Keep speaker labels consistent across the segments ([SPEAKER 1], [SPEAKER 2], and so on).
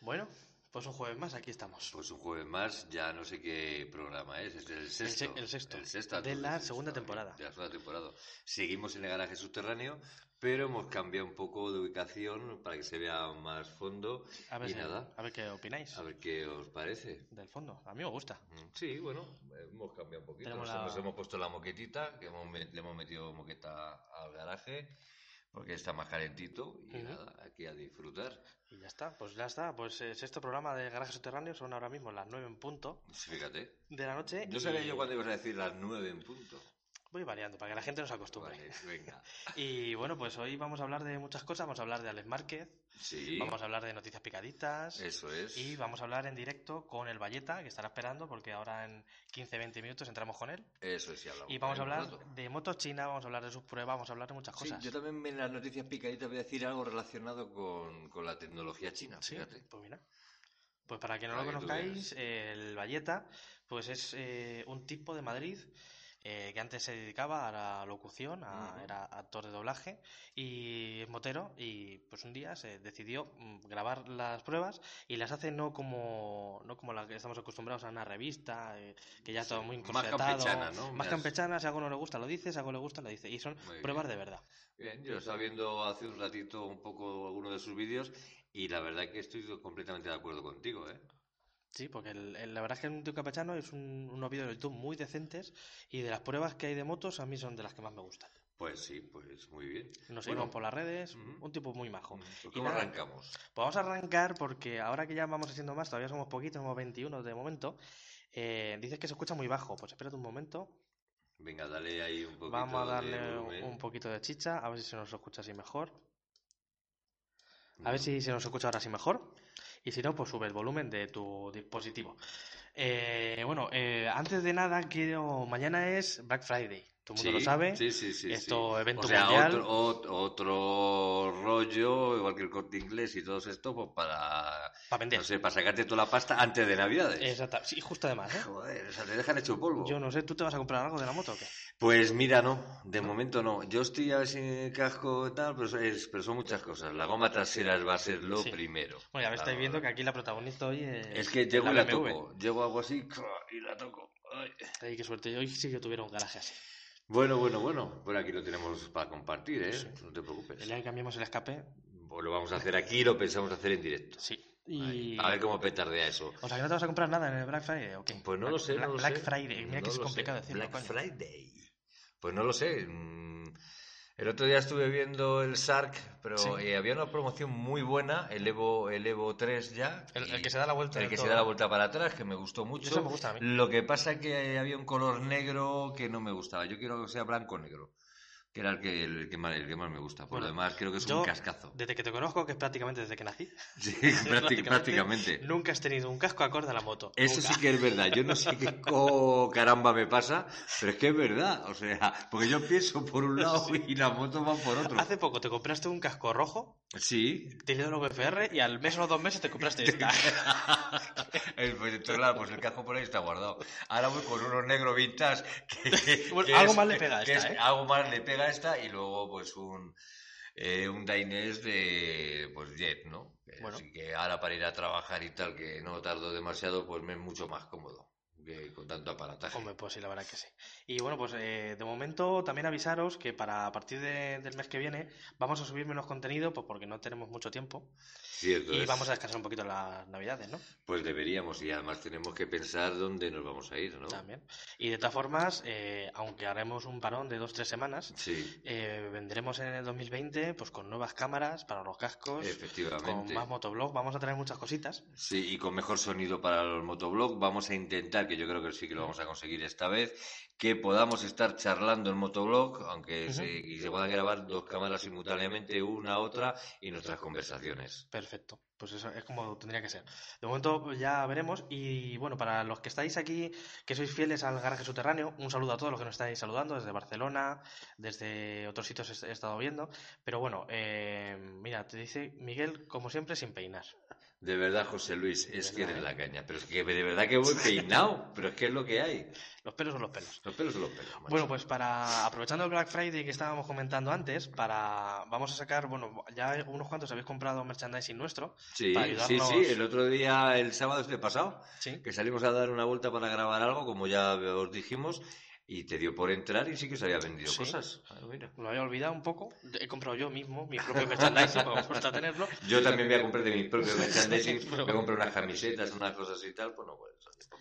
[SPEAKER 1] Bueno, pues un jueves más, aquí estamos.
[SPEAKER 2] Pues un jueves más, ya no sé qué programa es, este es el
[SPEAKER 1] El se-
[SPEAKER 2] sexto.
[SPEAKER 1] el sexto.
[SPEAKER 2] tú,
[SPEAKER 1] De la
[SPEAKER 2] el
[SPEAKER 1] segunda temporada.
[SPEAKER 2] De la segunda temporada. Seguimos en el garaje subterráneo, pero hemos cambiado un poco de ubicación para que se vea más fondo.
[SPEAKER 1] A ver,
[SPEAKER 2] y
[SPEAKER 1] si-
[SPEAKER 2] nada,
[SPEAKER 1] a ver qué opináis
[SPEAKER 2] a ver qué os parece.
[SPEAKER 1] del fondo. A mí me gusta.
[SPEAKER 2] Mm, Sí, bueno, hemos cambiado un poquito.
[SPEAKER 1] Tenemos
[SPEAKER 2] Nos,
[SPEAKER 1] la-
[SPEAKER 2] nos hemos puesto la moquetita, que hemos me- le hemos metido moqueta al garaje, porque está más calentito y
[SPEAKER 1] Ujú.
[SPEAKER 2] nada, aquí a disfrutar.
[SPEAKER 1] Y ya está, pues ya está. Pues el sexto programa de Garaje Subterráneo son ahora mismo las 9 en punto
[SPEAKER 2] Sí, Fíjate.
[SPEAKER 1] de la noche.
[SPEAKER 2] No
[SPEAKER 1] Eh, y
[SPEAKER 2] sabía yo cuándo ibas a decir las nueve en punto.
[SPEAKER 1] Voy variando para que la gente nos acostumbre.
[SPEAKER 2] Vale, venga.
[SPEAKER 1] Y bueno, pues hoy vamos a hablar de muchas cosas. Vamos a hablar de Alex Márquez,
[SPEAKER 2] Sí,
[SPEAKER 1] vamos a hablar de noticias picaditas.
[SPEAKER 2] eso es.
[SPEAKER 1] Y vamos a hablar en directo con el Valleta, que estará esperando porque ahora en 15-20 minutos entramos con él.
[SPEAKER 2] Eso sí, hablamos.
[SPEAKER 1] Y vamos a
[SPEAKER 2] con él un
[SPEAKER 1] hablar
[SPEAKER 2] rato.
[SPEAKER 1] de motos china, vamos a hablar de sus pruebas, vamos a hablar de muchas
[SPEAKER 2] Sí,
[SPEAKER 1] cosas.
[SPEAKER 2] yo también en las noticias picaditas voy a decir algo relacionado con, con la tecnología china,
[SPEAKER 1] Sí,
[SPEAKER 2] fíjate.
[SPEAKER 1] pues mira. Pues para que no
[SPEAKER 2] Para
[SPEAKER 1] lo
[SPEAKER 2] que tú
[SPEAKER 1] conozcáis, eh, el Valleta, pues es eh, un tipo de Madrid eh, que antes se dedicaba a la locución, a-
[SPEAKER 2] Ujú.
[SPEAKER 1] era actor de doblaje y es motero y pues un día se decidió mm, grabar las pruebas y las hace no como no como las que estamos acostumbrados a una revista eh, que ya
[SPEAKER 2] Sí,
[SPEAKER 1] está muy
[SPEAKER 2] más
[SPEAKER 1] encorsetado,
[SPEAKER 2] campechana, ¿no?
[SPEAKER 1] más
[SPEAKER 2] Más-
[SPEAKER 1] campechana, si algo no le gusta lo dice, si algo le gusta lo dice y son
[SPEAKER 2] Muy
[SPEAKER 1] pruebas
[SPEAKER 2] bien.
[SPEAKER 1] de verdad.
[SPEAKER 2] Bien, yo estaba viendo hace un ratito un poco alguno de sus vídeos y la verdad que estoy completamente de acuerdo contigo, ¿eh?
[SPEAKER 1] Sí, porque el- el- la verdad es que el tío Capachano es un, unos vídeos de YouTube muy decentes y de las pruebas que hay de motos a mí son de las que más me gustan.
[SPEAKER 2] Pues sí, pues muy bien.
[SPEAKER 1] Nos
[SPEAKER 2] Bueno,
[SPEAKER 1] seguimos por las redes,
[SPEAKER 2] ujú.
[SPEAKER 1] un tipo muy majo.
[SPEAKER 2] pues
[SPEAKER 1] Y
[SPEAKER 2] ¿Cómo
[SPEAKER 1] nada,
[SPEAKER 2] arrancamos?
[SPEAKER 1] Pues vamos a arrancar porque ahora que ya vamos haciendo más, todavía somos poquitos, somos 21 de momento. eh, dices que se escucha muy bajo, pues espérate un momento.
[SPEAKER 2] Venga, dale ahí un poquito
[SPEAKER 1] Vamos a
[SPEAKER 2] de
[SPEAKER 1] darle
[SPEAKER 2] volumen.
[SPEAKER 1] un poquito de chicha, a ver si se nos escucha así mejor. A ver si se nos escucha ahora sí mejor. Y si no, pues sube el volumen de tu dispositivo. Eh, bueno, eh, antes de nada, quiero. Mañana es Black Friday. Todo el mundo
[SPEAKER 2] Sí,
[SPEAKER 1] lo sabe.
[SPEAKER 2] Sí, sí, sí.
[SPEAKER 1] Esto,
[SPEAKER 2] sí.
[SPEAKER 1] evento
[SPEAKER 2] o sea,
[SPEAKER 1] mundial.
[SPEAKER 2] Otro, ot- otro rollo, igual que el corte inglés y todo esto, pues para,
[SPEAKER 1] Para vender.
[SPEAKER 2] no sé, para sacarte toda la pasta antes de Navidades.
[SPEAKER 1] Exacta- Sí, justo además, ¿eh?
[SPEAKER 2] Joder, o sea, te dejan hecho polvo.
[SPEAKER 1] Yo no sé, ¿tú te vas a comprar algo de la moto o qué?
[SPEAKER 2] Pues mira, no, de momento no. Yo estoy a ver sin casco y tal, pero, es- pero son muchas cosas. La goma trasera va a ser lo
[SPEAKER 1] Sí.
[SPEAKER 2] primero.
[SPEAKER 1] Bueno, ya me estáis
[SPEAKER 2] Claro,
[SPEAKER 1] viendo que aquí la protagonista hoy es.
[SPEAKER 2] Ah. Es que
[SPEAKER 1] es
[SPEAKER 2] llego y la
[SPEAKER 1] BMW.
[SPEAKER 2] toco. Llego algo así y la toco. Ay.
[SPEAKER 1] Ay, qué suerte. Hoy sí que tuviera un garaje así.
[SPEAKER 2] Bueno, bueno, bueno. Bueno, aquí lo tenemos para compartir, ¿eh?
[SPEAKER 1] Sí.
[SPEAKER 2] No te preocupes.
[SPEAKER 1] El día que cambiamos el escape,
[SPEAKER 2] O lo vamos a hacer aquí, lo pensamos hacer en directo.
[SPEAKER 1] sí. Y...
[SPEAKER 2] Ahí. A ver cómo petardea eso.
[SPEAKER 1] O sea, que no te vas a comprar nada en el Black Friday o qué?
[SPEAKER 2] Pues no lo
[SPEAKER 1] Black-
[SPEAKER 2] sé, no
[SPEAKER 1] Black,
[SPEAKER 2] lo
[SPEAKER 1] Black
[SPEAKER 2] sé.
[SPEAKER 1] Friday, mira
[SPEAKER 2] No
[SPEAKER 1] que es
[SPEAKER 2] lo sé.
[SPEAKER 1] complicado decirlo,
[SPEAKER 2] Black
[SPEAKER 1] coño.
[SPEAKER 2] Friday. Pues no lo sé. mm, El otro día estuve viendo el Sark, pero
[SPEAKER 1] Sí.
[SPEAKER 2] eh, había una promoción muy buena, el Evo, el Evo 3 ya.
[SPEAKER 1] El- el
[SPEAKER 2] y
[SPEAKER 1] que se da la vuelta
[SPEAKER 2] El
[SPEAKER 1] del
[SPEAKER 2] que se
[SPEAKER 1] todo.
[SPEAKER 2] da la vuelta para atrás, que me gustó mucho.
[SPEAKER 1] Eso me gusta a mí.
[SPEAKER 2] Lo que pasa que había un color negro que no me gustaba. Yo quiero que sea blanco-negro, que era el que, el que más, el que más me gusta. Por
[SPEAKER 1] Bueno,
[SPEAKER 2] lo demás, creo que es
[SPEAKER 1] Yo,
[SPEAKER 2] un cascazo.
[SPEAKER 1] Desde que te conozco, que es prácticamente desde que nací,
[SPEAKER 2] Sí, prácti- prácticamente.
[SPEAKER 1] nunca has tenido un casco acorde a la moto.
[SPEAKER 2] Eso
[SPEAKER 1] Nunca.
[SPEAKER 2] sí que es verdad. Yo no sé qué co- caramba me pasa, pero es que es verdad. O sea, porque yo pienso por un lado y la moto va por otro.
[SPEAKER 1] Hace poco te compraste un casco rojo,
[SPEAKER 2] Sí.
[SPEAKER 1] te dieron los BFR y al mes o los dos meses te compraste este. esta.
[SPEAKER 2] El, pues, entonces, claro, pues el casco por ahí está guardado. Ahora voy con unos negro vintage. Que, que-
[SPEAKER 1] Bueno,
[SPEAKER 2] que
[SPEAKER 1] algo más le pega a
[SPEAKER 2] que
[SPEAKER 1] esta, ¿eh?
[SPEAKER 2] Algo más le pega a esta y luego pues un... eh, un Dainés de pues Jet, ¿no? Que
[SPEAKER 1] Bueno.
[SPEAKER 2] Así que ahora para ir a trabajar y tal, que no tardo demasiado, pues me es mucho más cómodo que con tanto aparataje.
[SPEAKER 1] Hombre, pues sí, la verdad que sí. Y bueno, pues eh, de momento también avisaros que para a partir de- del mes que viene vamos a subir menos contenido, pues porque no tenemos mucho tiempo
[SPEAKER 2] Cierto
[SPEAKER 1] y
[SPEAKER 2] es.
[SPEAKER 1] vamos a descansar un poquito las navidades, ¿no?
[SPEAKER 2] Pues deberíamos, y además tenemos que pensar dónde nos vamos a ir, ¿no?
[SPEAKER 1] También. Y de todas formas, eh, aunque haremos un parón de dos, tres semanas,
[SPEAKER 2] Sí,
[SPEAKER 1] eh, vendremos en el 2020 pues con nuevas cámaras para los cascos, con
[SPEAKER 2] efectivamente.
[SPEAKER 1] más motoblog, vamos a traer muchas cositas.
[SPEAKER 2] Sí, y con mejor sonido para los motoblog. Vamos a intentar, que yo creo que sí que lo vamos a conseguir esta vez, que podamos estar charlando en motoblog, aunque
[SPEAKER 1] Ujú.
[SPEAKER 2] se, y se puedan grabar dos cámaras simultáneamente, una a otra, y nuestras conversaciones.
[SPEAKER 1] Perfecto, pues eso es como tendría que ser. De momento pues ya veremos y bueno, para los que estáis aquí, que sois fieles al garaje subterráneo, un saludo a todos los que nos estáis saludando desde Barcelona, desde otros sitios he- he estado viendo, pero bueno, eh, mira, te dice Miguel, como siempre, sin peinar.
[SPEAKER 2] De verdad, José Luis, es que
[SPEAKER 1] verdad, ¿eh?
[SPEAKER 2] eres la caña. Pero es que de verdad que voy peinado. pero es que es lo que hay.
[SPEAKER 1] Los pelos son los pelos.
[SPEAKER 2] Los pelos son los pelos. macho.
[SPEAKER 1] Bueno, pues para aprovechando el Black Friday que estábamos comentando antes, para vamos a sacar, bueno, ya unos cuantos habéis comprado merchandising nuestro,
[SPEAKER 2] sí,
[SPEAKER 1] para
[SPEAKER 2] sí,
[SPEAKER 1] ayudarnos-
[SPEAKER 2] sí. El otro día, el sábado este pasado,
[SPEAKER 1] sí.
[SPEAKER 2] que salimos a dar una vuelta para grabar algo, como ya os dijimos, y te dio por entrar y sí que se había vendido
[SPEAKER 1] Sí.
[SPEAKER 2] cosas. Ah, mira.
[SPEAKER 1] Me lo había olvidado un poco. He comprado yo mismo mi propio merchandising para gusta tenerlo.
[SPEAKER 2] Yo también voy a comprar de mis propios merchandising,
[SPEAKER 1] Sí,
[SPEAKER 2] voy
[SPEAKER 1] pero-
[SPEAKER 2] a comprar unas camisetas, unas cosas y tal, pues no puedes,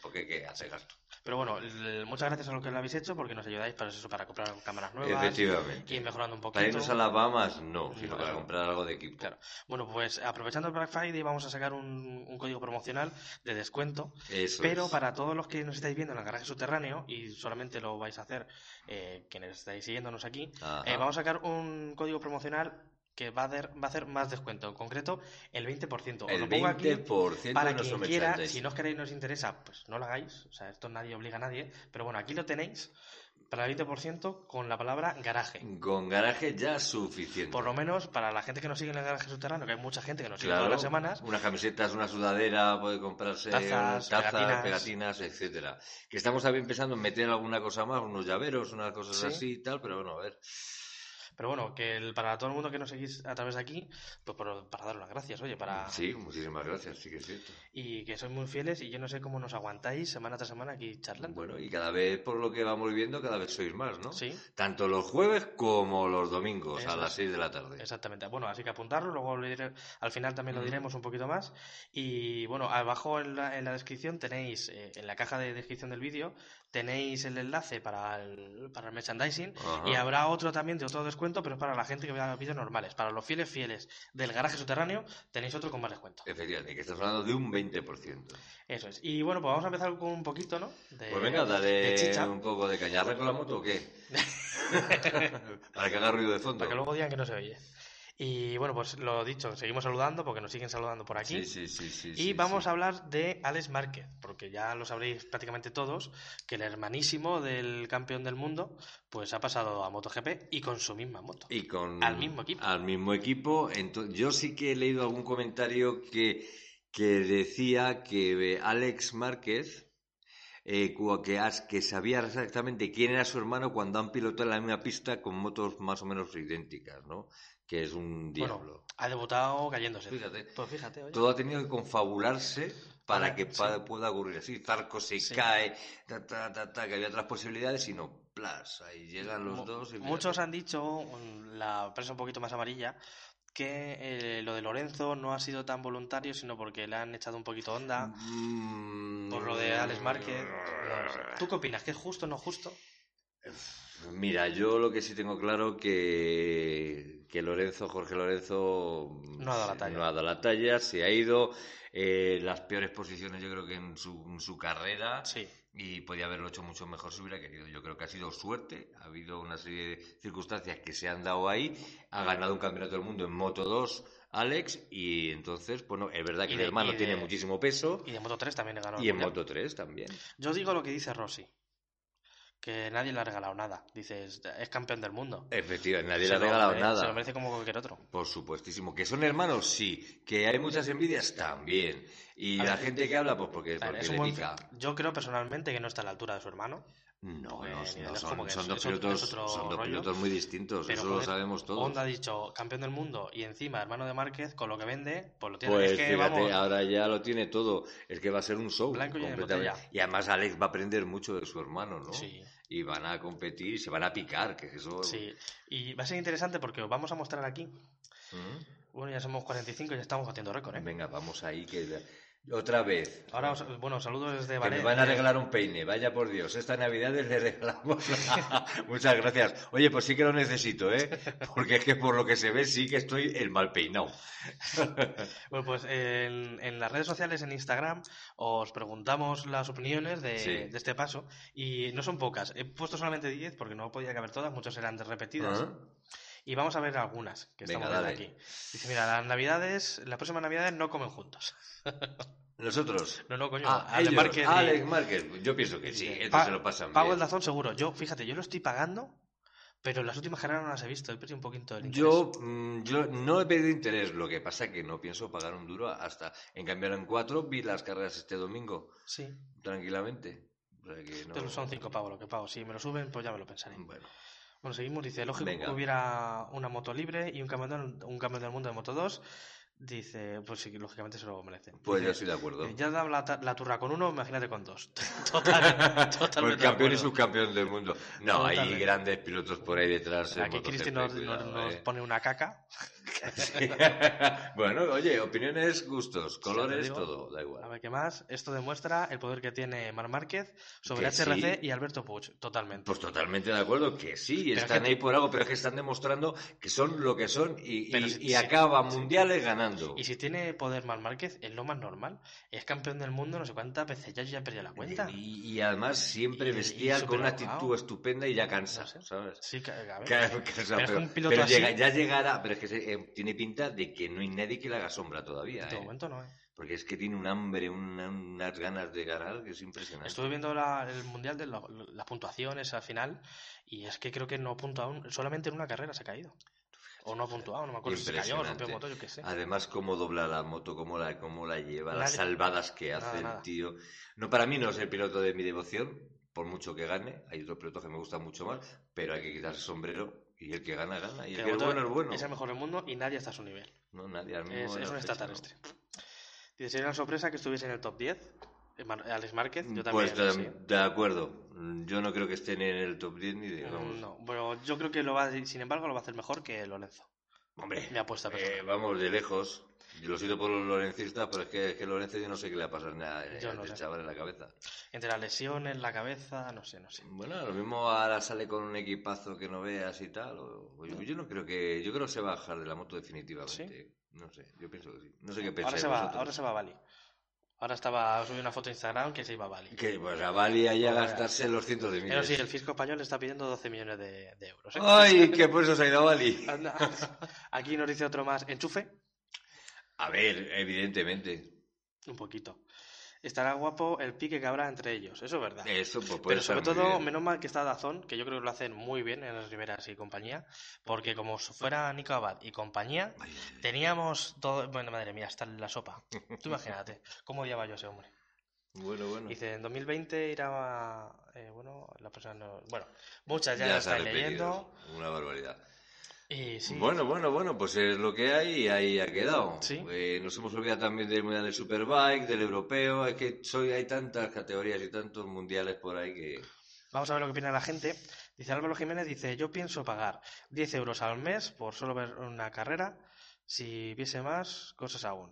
[SPEAKER 2] porque ¿qué hace gasto?
[SPEAKER 1] Pero bueno, el- muchas gracias a lo que lo habéis hecho porque nos ayudáis para eso, para comprar cámaras nuevas
[SPEAKER 2] Efectivamente.
[SPEAKER 1] y mejorando un
[SPEAKER 2] Para irnos a
[SPEAKER 1] poquito.
[SPEAKER 2] las Bahamas, no, sino
[SPEAKER 1] No.
[SPEAKER 2] para comprar algo de equipo.
[SPEAKER 1] Mm, Claro. Bueno, pues aprovechando el Black Friday vamos a sacar un, un código promocional de descuento
[SPEAKER 2] Eso
[SPEAKER 1] Pero
[SPEAKER 2] es.
[SPEAKER 1] para todos los que nos estáis viendo en el garaje subterráneo, y solamente lo vais a hacer eh, quienes estáis siguiéndonos aquí,
[SPEAKER 2] Ajá.
[SPEAKER 1] eh, vamos a sacar un código promocional que va a, hacer, va a hacer más descuento, en concreto el 20%. Os
[SPEAKER 2] El
[SPEAKER 1] lo pongo aquí
[SPEAKER 2] 20%
[SPEAKER 1] para
[SPEAKER 2] de nuestro
[SPEAKER 1] quien quiera,
[SPEAKER 2] merchandising.
[SPEAKER 1] si no os queréis, no os interesa, pues no lo hagáis, o sea, esto nadie obliga a nadie, pero bueno, aquí lo tenéis para el 20% con la palabra garaje.
[SPEAKER 2] Con garaje ya suficiente.
[SPEAKER 1] Por lo menos para la gente que nos sigue en el garaje subterráneo, que hay mucha gente que nos sigue
[SPEAKER 2] Claro,
[SPEAKER 1] todas las semanas,
[SPEAKER 2] Unas camisetas, una sudadera, puede comprarse
[SPEAKER 1] Tazas,
[SPEAKER 2] pegatinas.
[SPEAKER 1] pegatinas.
[SPEAKER 2] etcétera. Que estamos también pensando en meter alguna cosa más, unos llaveros, unas cosas
[SPEAKER 1] Sí.
[SPEAKER 2] así y tal, pero bueno, a ver.
[SPEAKER 1] Pero bueno, que el- para todo el mundo que nos seguís a través de aquí, pues por- para daros las gracias, oye, para...
[SPEAKER 2] Sí, muchísimas gracias, sí que es cierto.
[SPEAKER 1] Y que sois muy fieles y yo no sé cómo nos aguantáis semana tras semana aquí charlando.
[SPEAKER 2] Bueno, y cada vez, por lo que vamos viendo, cada vez sois más, ¿no?
[SPEAKER 1] Sí,
[SPEAKER 2] Tanto los jueves como los domingos a
[SPEAKER 1] Eso
[SPEAKER 2] las
[SPEAKER 1] es.
[SPEAKER 2] 6 de la tarde.
[SPEAKER 1] exactamente. Bueno, así que apuntarlo, luego lo diré- al final también lo
[SPEAKER 2] Ujú.
[SPEAKER 1] diremos un poquito más. Y bueno, abajo en la, en la descripción tenéis, eh, en la caja de descripción del vídeo, tenéis el enlace para el, para el merchandising.
[SPEAKER 2] Ajá.
[SPEAKER 1] Y habrá otro también de otro descuento, pero es para la gente que vea los vídeos normales. Para los fieles fieles del garaje subterráneo, tenéis otro con más descuento.
[SPEAKER 2] Efectivamente, que estás hablando de un 20%.
[SPEAKER 1] Eso es. Y bueno, pues vamos a empezar con un poquito, ¿no? De,
[SPEAKER 2] Pues
[SPEAKER 1] Eh,
[SPEAKER 2] venga,
[SPEAKER 1] de
[SPEAKER 2] dale
[SPEAKER 1] chicha,
[SPEAKER 2] un poco de cañarra con la moto o qué? Para que haga ruido de fondo.
[SPEAKER 1] para que luego digan que no se oye. Y bueno, pues lo dicho, seguimos saludando porque nos siguen saludando por aquí.
[SPEAKER 2] Sí, sí, sí, sí,
[SPEAKER 1] y
[SPEAKER 2] sí,
[SPEAKER 1] vamos
[SPEAKER 2] sí.
[SPEAKER 1] a hablar de Alex Márquez, porque ya lo sabréis prácticamente todos, que el hermanísimo del campeón del mundo, pues ha pasado a MotoGP y con su misma moto.
[SPEAKER 2] Y con,
[SPEAKER 1] Al mismo equipo.
[SPEAKER 2] Al mismo equipo. Ento- yo sí que he leído algún comentario que, que decía que eh, Alex Márquez, eh, cu- que, as- que sabía exactamente quién era su hermano cuando han pilotado en la misma pista con motos más o menos idénticas, ¿no? Que es un
[SPEAKER 1] Bueno,
[SPEAKER 2] diablo.
[SPEAKER 1] ha debutado cayéndose.
[SPEAKER 2] Fíjate.
[SPEAKER 1] Pues fíjate, oye.
[SPEAKER 2] Todo ha tenido que confabularse para
[SPEAKER 1] Para-
[SPEAKER 2] que pa- pueda ocurrir así. Zarco se
[SPEAKER 1] Sí.
[SPEAKER 2] cae, ta, ta, ta, ta, que había otras posibilidades y no, plas, ahí llegan los
[SPEAKER 1] Mu-
[SPEAKER 2] dos. y
[SPEAKER 1] Muchos
[SPEAKER 2] fíjate.
[SPEAKER 1] han dicho, mm, la prensa un poquito más amarilla, que eh, lo de Lorenzo no ha sido tan voluntario, sino porque le han echado un poquito onda
[SPEAKER 2] Mm.
[SPEAKER 1] por lo de Alex Márquez. No lo sé. ¿Tú qué opinas? ¿Que es justo o no justo?
[SPEAKER 2] Mira, yo lo que sí tengo claro que, que Lorenzo, Jorge Lorenzo,
[SPEAKER 1] No ha dado la talla.
[SPEAKER 2] no ha dado la talla, se ha ido eh, las peores posiciones yo creo que en su, en su carrera
[SPEAKER 1] Sí.
[SPEAKER 2] y podía haberlo hecho mucho mejor si hubiera querido. Yo creo que ha sido suerte, ha habido una serie de circunstancias que se han dado ahí, ha ganado un campeonato del mundo en Moto 2 Alex y entonces, bueno, es verdad que
[SPEAKER 1] Y
[SPEAKER 2] el
[SPEAKER 1] de-
[SPEAKER 2] hermano
[SPEAKER 1] y
[SPEAKER 2] tiene
[SPEAKER 1] de-
[SPEAKER 2] muchísimo peso
[SPEAKER 1] Y de Moto 3 también le ganó. el
[SPEAKER 2] y en
[SPEAKER 1] Mundial.
[SPEAKER 2] Moto 3 también.
[SPEAKER 1] Yo digo lo que dice Rossi, que nadie le ha regalado nada. Dices, es campeón del mundo.
[SPEAKER 2] Efectivamente, Eh, nadie
[SPEAKER 1] Se
[SPEAKER 2] le ha
[SPEAKER 1] lo
[SPEAKER 2] regalado
[SPEAKER 1] mere- ¿eh? Se lo
[SPEAKER 2] nada.
[SPEAKER 1] merece como cualquier otro.
[SPEAKER 2] Por supuestísimo. ¿Que son hermanos? Sí. ¿Que hay muchas envidias? También. Y
[SPEAKER 1] A
[SPEAKER 2] la
[SPEAKER 1] ver,
[SPEAKER 2] gente que habla, pues porque,
[SPEAKER 1] Claro,
[SPEAKER 2] porque
[SPEAKER 1] es un
[SPEAKER 2] le
[SPEAKER 1] buen-
[SPEAKER 2] pica.
[SPEAKER 1] Yo creo personalmente que no está a la altura de su hermano.
[SPEAKER 2] No,
[SPEAKER 1] Pues,
[SPEAKER 2] no,
[SPEAKER 1] ni de
[SPEAKER 2] no,
[SPEAKER 1] lejos,
[SPEAKER 2] son,
[SPEAKER 1] porque
[SPEAKER 2] son
[SPEAKER 1] es-
[SPEAKER 2] dos
[SPEAKER 1] es otro-
[SPEAKER 2] pilotos,
[SPEAKER 1] es otro
[SPEAKER 2] son dos
[SPEAKER 1] rollo.
[SPEAKER 2] pilotos muy
[SPEAKER 1] Pero,
[SPEAKER 2] distintos, Pues eso
[SPEAKER 1] joder,
[SPEAKER 2] lo sabemos todos.
[SPEAKER 1] Honda ha dicho campeón del mundo y encima hermano de Márquez, con lo que vende, pues lo tiene.
[SPEAKER 2] Pues
[SPEAKER 1] es que
[SPEAKER 2] fíjate,
[SPEAKER 1] vamos,
[SPEAKER 2] ahora ya lo tiene todo. Es que va a ser un show
[SPEAKER 1] Blanco y en
[SPEAKER 2] completamente.
[SPEAKER 1] botella.
[SPEAKER 2] Y además Alex va a aprender mucho de su hermano, ¿no? Pues
[SPEAKER 1] sí,
[SPEAKER 2] Y van a competir, se van a picar, que eso...
[SPEAKER 1] sí. Y va a ser interesante porque os vamos a mostrar aquí.
[SPEAKER 2] ¿Mm?
[SPEAKER 1] Bueno, ya somos 45 y ya estamos batiendo récord, ¿eh?
[SPEAKER 2] Venga, vamos ahí que... Otra vez.
[SPEAKER 1] Ahora, os- bueno, saludos desde
[SPEAKER 2] Que me
[SPEAKER 1] Valencia.
[SPEAKER 2] van a regalar un peine, vaya por Dios, esta Navidad le regalamos. Muchas gracias. Oye, pues sí que lo necesito, ¿eh? Porque es que por lo que se ve sí que estoy el mal peinado.
[SPEAKER 1] Bueno, pues en, en las redes sociales, en Instagram, os preguntamos las opiniones de,
[SPEAKER 2] Sí.
[SPEAKER 1] de este paso y no son pocas. He puesto solamente 10 porque no podía caber todas, muchas eran de repetidas.
[SPEAKER 2] Ajá.
[SPEAKER 1] Y vamos a ver algunas que
[SPEAKER 2] Ah. Venga,
[SPEAKER 1] estamos viendo
[SPEAKER 2] dale.
[SPEAKER 1] aquí. Dice, mira, las navidades, las próximas navidades no comen juntos.
[SPEAKER 2] Nosotros.
[SPEAKER 1] No, no, coño.
[SPEAKER 2] Ah,
[SPEAKER 1] Alex
[SPEAKER 2] ellos,
[SPEAKER 1] Márquez y-
[SPEAKER 2] Alex Márquez. Yo pienso que
[SPEAKER 1] y-
[SPEAKER 2] sí,
[SPEAKER 1] eh,
[SPEAKER 2] esto
[SPEAKER 1] pa-
[SPEAKER 2] se lo pasan
[SPEAKER 1] Pago
[SPEAKER 2] bien.
[SPEAKER 1] el dazón seguro. Yo, fíjate, yo lo estoy pagando Pero las últimas carreras no las he visto, he perdido un poquito el interés.
[SPEAKER 2] Yo, mm, yo no he perdido interés, lo que pasa que no pienso pagar un duro hasta. En cambio, en cuatro vi las carreras este domingo,
[SPEAKER 1] Sí,
[SPEAKER 2] tranquilamente. O sea que no-
[SPEAKER 1] pero son cinco pavos lo que pago. Si me lo suben, pues ya me lo pensaré.
[SPEAKER 2] Bueno,
[SPEAKER 1] Bueno, seguimos. Dice, lógico
[SPEAKER 2] Venga.
[SPEAKER 1] que hubiera una moto libre y un campeón, un campeón del mundo de Moto 2. Dice, pues sí, lógicamente se lo merece.
[SPEAKER 2] pues
[SPEAKER 1] Dice,
[SPEAKER 2] yo estoy de acuerdo.
[SPEAKER 1] eh, ya da la, ta- la turra con uno, imagínate con dos. Total,
[SPEAKER 2] Por
[SPEAKER 1] totalmente. de
[SPEAKER 2] Pues campeón y
[SPEAKER 1] acuerdo.
[SPEAKER 2] subcampeón del mundo. No, hay
[SPEAKER 1] Totalmente.
[SPEAKER 2] grandes pilotos por ahí detrás. en
[SPEAKER 1] Aquí
[SPEAKER 2] MotoGP,
[SPEAKER 1] Cristi nos,
[SPEAKER 2] cuidado,
[SPEAKER 1] nos- nos
[SPEAKER 2] eh.
[SPEAKER 1] pone una caca.
[SPEAKER 2] Sí. bueno, oye, opiniones, gustos,
[SPEAKER 1] te
[SPEAKER 2] colores,
[SPEAKER 1] digo.
[SPEAKER 2] todo, da
[SPEAKER 1] A
[SPEAKER 2] igual.
[SPEAKER 1] ver qué más. Esto demuestra el poder que tiene Mar Márquez sobre
[SPEAKER 2] Que sí.
[SPEAKER 1] HRC y Alberto Puig. Totalmente.
[SPEAKER 2] Pues totalmente de acuerdo que sí,
[SPEAKER 1] Pero es
[SPEAKER 2] están
[SPEAKER 1] que-
[SPEAKER 2] ahí por algo, pero es que están demostrando que son lo que son y,
[SPEAKER 1] Pero
[SPEAKER 2] y-
[SPEAKER 1] si-
[SPEAKER 2] y
[SPEAKER 1] si-
[SPEAKER 2] acaba mundiales ganando.
[SPEAKER 1] Y si tiene poder Mar Márquez, es lo más normal. Es campeón del mundo no sé cuántas veces ya, yo ya perdí la cuenta.
[SPEAKER 2] Y, y además siempre
[SPEAKER 1] Y- y
[SPEAKER 2] vestía con una
[SPEAKER 1] superarrogado.
[SPEAKER 2] actitud estupenda y ya cansa,
[SPEAKER 1] No sé.
[SPEAKER 2] ¿sabes?
[SPEAKER 1] Sí, que- a ver.
[SPEAKER 2] Claro, que- o sea,
[SPEAKER 1] Pero es que
[SPEAKER 2] pero-
[SPEAKER 1] un piloto
[SPEAKER 2] pero
[SPEAKER 1] así-
[SPEAKER 2] llega- ya llegará, pero es que se- eh, tiene pinta de que no hay nadie que le haga sombra todavía.
[SPEAKER 1] De
[SPEAKER 2] ¿eh?
[SPEAKER 1] momento no, ¿eh?
[SPEAKER 2] Porque es que tiene un hambre, una- unas ganas de ganar que es impresionante.
[SPEAKER 1] Estuve viendo la- el mundial de lo- las puntuaciones al final y es que creo que no ha puntuado, un- solamente en una carrera se ha caído. O no ha puntuado, no me acuerdo si se cayó, rompió
[SPEAKER 2] Impresionante. Ah,
[SPEAKER 1] motor, yo qué sé.
[SPEAKER 2] Además, cómo dobla la moto, cómo la, cómo la lleva, las
[SPEAKER 1] Nadie-
[SPEAKER 2] salvadas que
[SPEAKER 1] nada,
[SPEAKER 2] hace el
[SPEAKER 1] nada.
[SPEAKER 2] tío. No, para mí no es el piloto de mi devoción, por mucho que gane. Hay otros pilotos que me gustan mucho más, pero hay que quitarse el sombrero y el que gana, gana. Y
[SPEAKER 1] Que
[SPEAKER 2] el que es
[SPEAKER 1] otro-
[SPEAKER 2] bueno, es bueno.
[SPEAKER 1] Es el mejor del mundo y nadie está a su nivel.
[SPEAKER 2] No, nadie, ahora mismo
[SPEAKER 1] Es,
[SPEAKER 2] en
[SPEAKER 1] es
[SPEAKER 2] la
[SPEAKER 1] un
[SPEAKER 2] fecha,
[SPEAKER 1] extraterrestre. Dice, sería una sorpresa que estuviese en el top 10. eh, Mar- Alex Márquez,
[SPEAKER 2] no.
[SPEAKER 1] yo también.
[SPEAKER 2] Pues
[SPEAKER 1] sí.
[SPEAKER 2] de, de acuerdo. Yo no creo que estén en el top 10 ni de. vamos.
[SPEAKER 1] Mm, No, pero yo creo que lo va, a- sin embargo, lo va a hacer mejor que Lorenzo.
[SPEAKER 2] Hombre,
[SPEAKER 1] Mi apuesta personal.
[SPEAKER 2] eh, vamos de lejos. Yo lo siento por los lorencistas, pero es que, es que Lorenzo yo no sé qué le va a pasar nada eh,
[SPEAKER 1] Yo no
[SPEAKER 2] al
[SPEAKER 1] sé.
[SPEAKER 2] chaval en la cabeza.
[SPEAKER 1] Entre las lesiones, la cabeza, no sé, no sé.
[SPEAKER 2] Bueno, lo mismo ahora sale con un equipazo que no veas y tal. o- o yo, yo no creo que. Yo creo que se va a bajar de la moto definitivamente. No sé, yo pienso que sí. No sé qué
[SPEAKER 1] Ahora
[SPEAKER 2] pensáis
[SPEAKER 1] se, va,
[SPEAKER 2] vosotros.
[SPEAKER 1] ahora se va a Bali. Ahora estaba, subí una foto a Instagram que se iba a Bali.
[SPEAKER 2] Que pues a Bali haya
[SPEAKER 1] Ahora-
[SPEAKER 2] gastarse los cientos de miles.
[SPEAKER 1] Pero sí, el fisco español le está pidiendo 12 millones de, de euros. ¿eh?
[SPEAKER 2] ¡Ay! Que por eso se ha ido a Bali.
[SPEAKER 1] Anda. Aquí nos dice otro más. Enchufe,
[SPEAKER 2] A ver, evidentemente.
[SPEAKER 1] un poquito. Estará guapo el pique que habrá entre ellos, eso es verdad.
[SPEAKER 2] Eso pues, puede
[SPEAKER 1] Pero sobre
[SPEAKER 2] estar muy
[SPEAKER 1] todo,
[SPEAKER 2] bien.
[SPEAKER 1] menos mal que está Dazón, que yo creo que lo hacen muy bien en las Riveras y compañía, porque como fuera Nico Abad y compañía,
[SPEAKER 2] Ay,
[SPEAKER 1] teníamos todo... Bueno, madre mía, está en la sopa. Tú imagínate, ¿cómo odiaba yo a ese hombre?
[SPEAKER 2] Bueno, bueno.
[SPEAKER 1] Dice, en 2020 irá... a- eh, bueno, la persona no- Bueno, muchas ya,
[SPEAKER 2] se ha
[SPEAKER 1] las estáis
[SPEAKER 2] repetido.
[SPEAKER 1] leyendo.
[SPEAKER 2] Una barbaridad.
[SPEAKER 1] Y sí,
[SPEAKER 2] Bueno, bueno, bueno, pues es lo que hay y ahí ha quedado.
[SPEAKER 1] Sí.
[SPEAKER 2] Eh, nos hemos olvidado también del Mundial de Superbike, del Europeo, es que soy, hay tantas categorías y tantos mundiales por ahí que...
[SPEAKER 1] Vamos a ver lo que opina la gente. Dice Álvaro Jiménez, dice, yo pienso pagar 10 euros al mes por solo ver una carrera. Si viese más, cosas aún.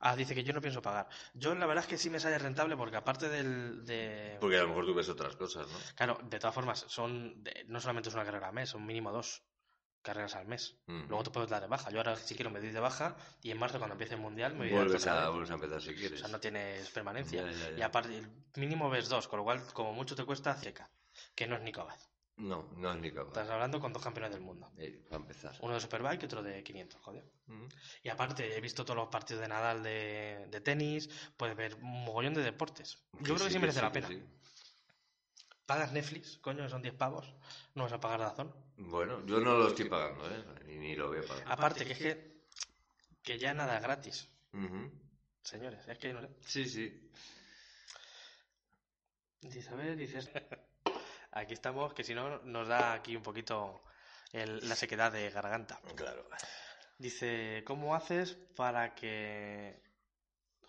[SPEAKER 1] Ah, dice que yo no pienso pagar. Yo la verdad es que sí me sale rentable porque aparte del... De...
[SPEAKER 2] Porque a lo mejor tú ves otras cosas, ¿no?
[SPEAKER 1] Claro, de todas formas, son de- no solamente es una carrera al mes, son mínimo dos carreras al mes.
[SPEAKER 2] Ujú.
[SPEAKER 1] Luego te puedes dar de baja. Yo ahora si quiero me doy de baja y en marzo cuando empiece el Mundial me voy a dar
[SPEAKER 2] Vuelves
[SPEAKER 1] otra
[SPEAKER 2] a,
[SPEAKER 1] vez.
[SPEAKER 2] vuelves a empezar si quieres.
[SPEAKER 1] O sea, no tienes permanencia.
[SPEAKER 2] Ya, ya, ya.
[SPEAKER 1] Y aparte, el mínimo ves dos, con lo cual como mucho te cuesta cerca, que no es Nicobaz.
[SPEAKER 2] No, no es ni capaz.
[SPEAKER 1] Estás hablando con dos campeones del mundo.
[SPEAKER 2] Eh, para empezar. Mm.
[SPEAKER 1] Uno de Superbike y otro de 500, joder.
[SPEAKER 2] Ujú.
[SPEAKER 1] Y aparte, he visto todos los partidos de Nadal de, de tenis, puedes ver un mogollón de deportes. Yo creo que sí merece la
[SPEAKER 2] que
[SPEAKER 1] pena.
[SPEAKER 2] sí.
[SPEAKER 1] Pagas Netflix, coño, son 10 pavos, no vas a pagar razón.
[SPEAKER 2] Bueno, yo no lo estoy pagando, ¿eh? Ni, ni lo voy a pagar.
[SPEAKER 1] Aparte, que es que, que ya nada es gratis,
[SPEAKER 2] Ujú.
[SPEAKER 1] señores. Es que no sé.
[SPEAKER 2] Sí, sí.
[SPEAKER 1] Dice, a ver, dices. Aquí estamos, que si no nos da aquí un poquito el- la sequedad de garganta.
[SPEAKER 2] Claro.
[SPEAKER 1] Dice, ¿cómo haces para que...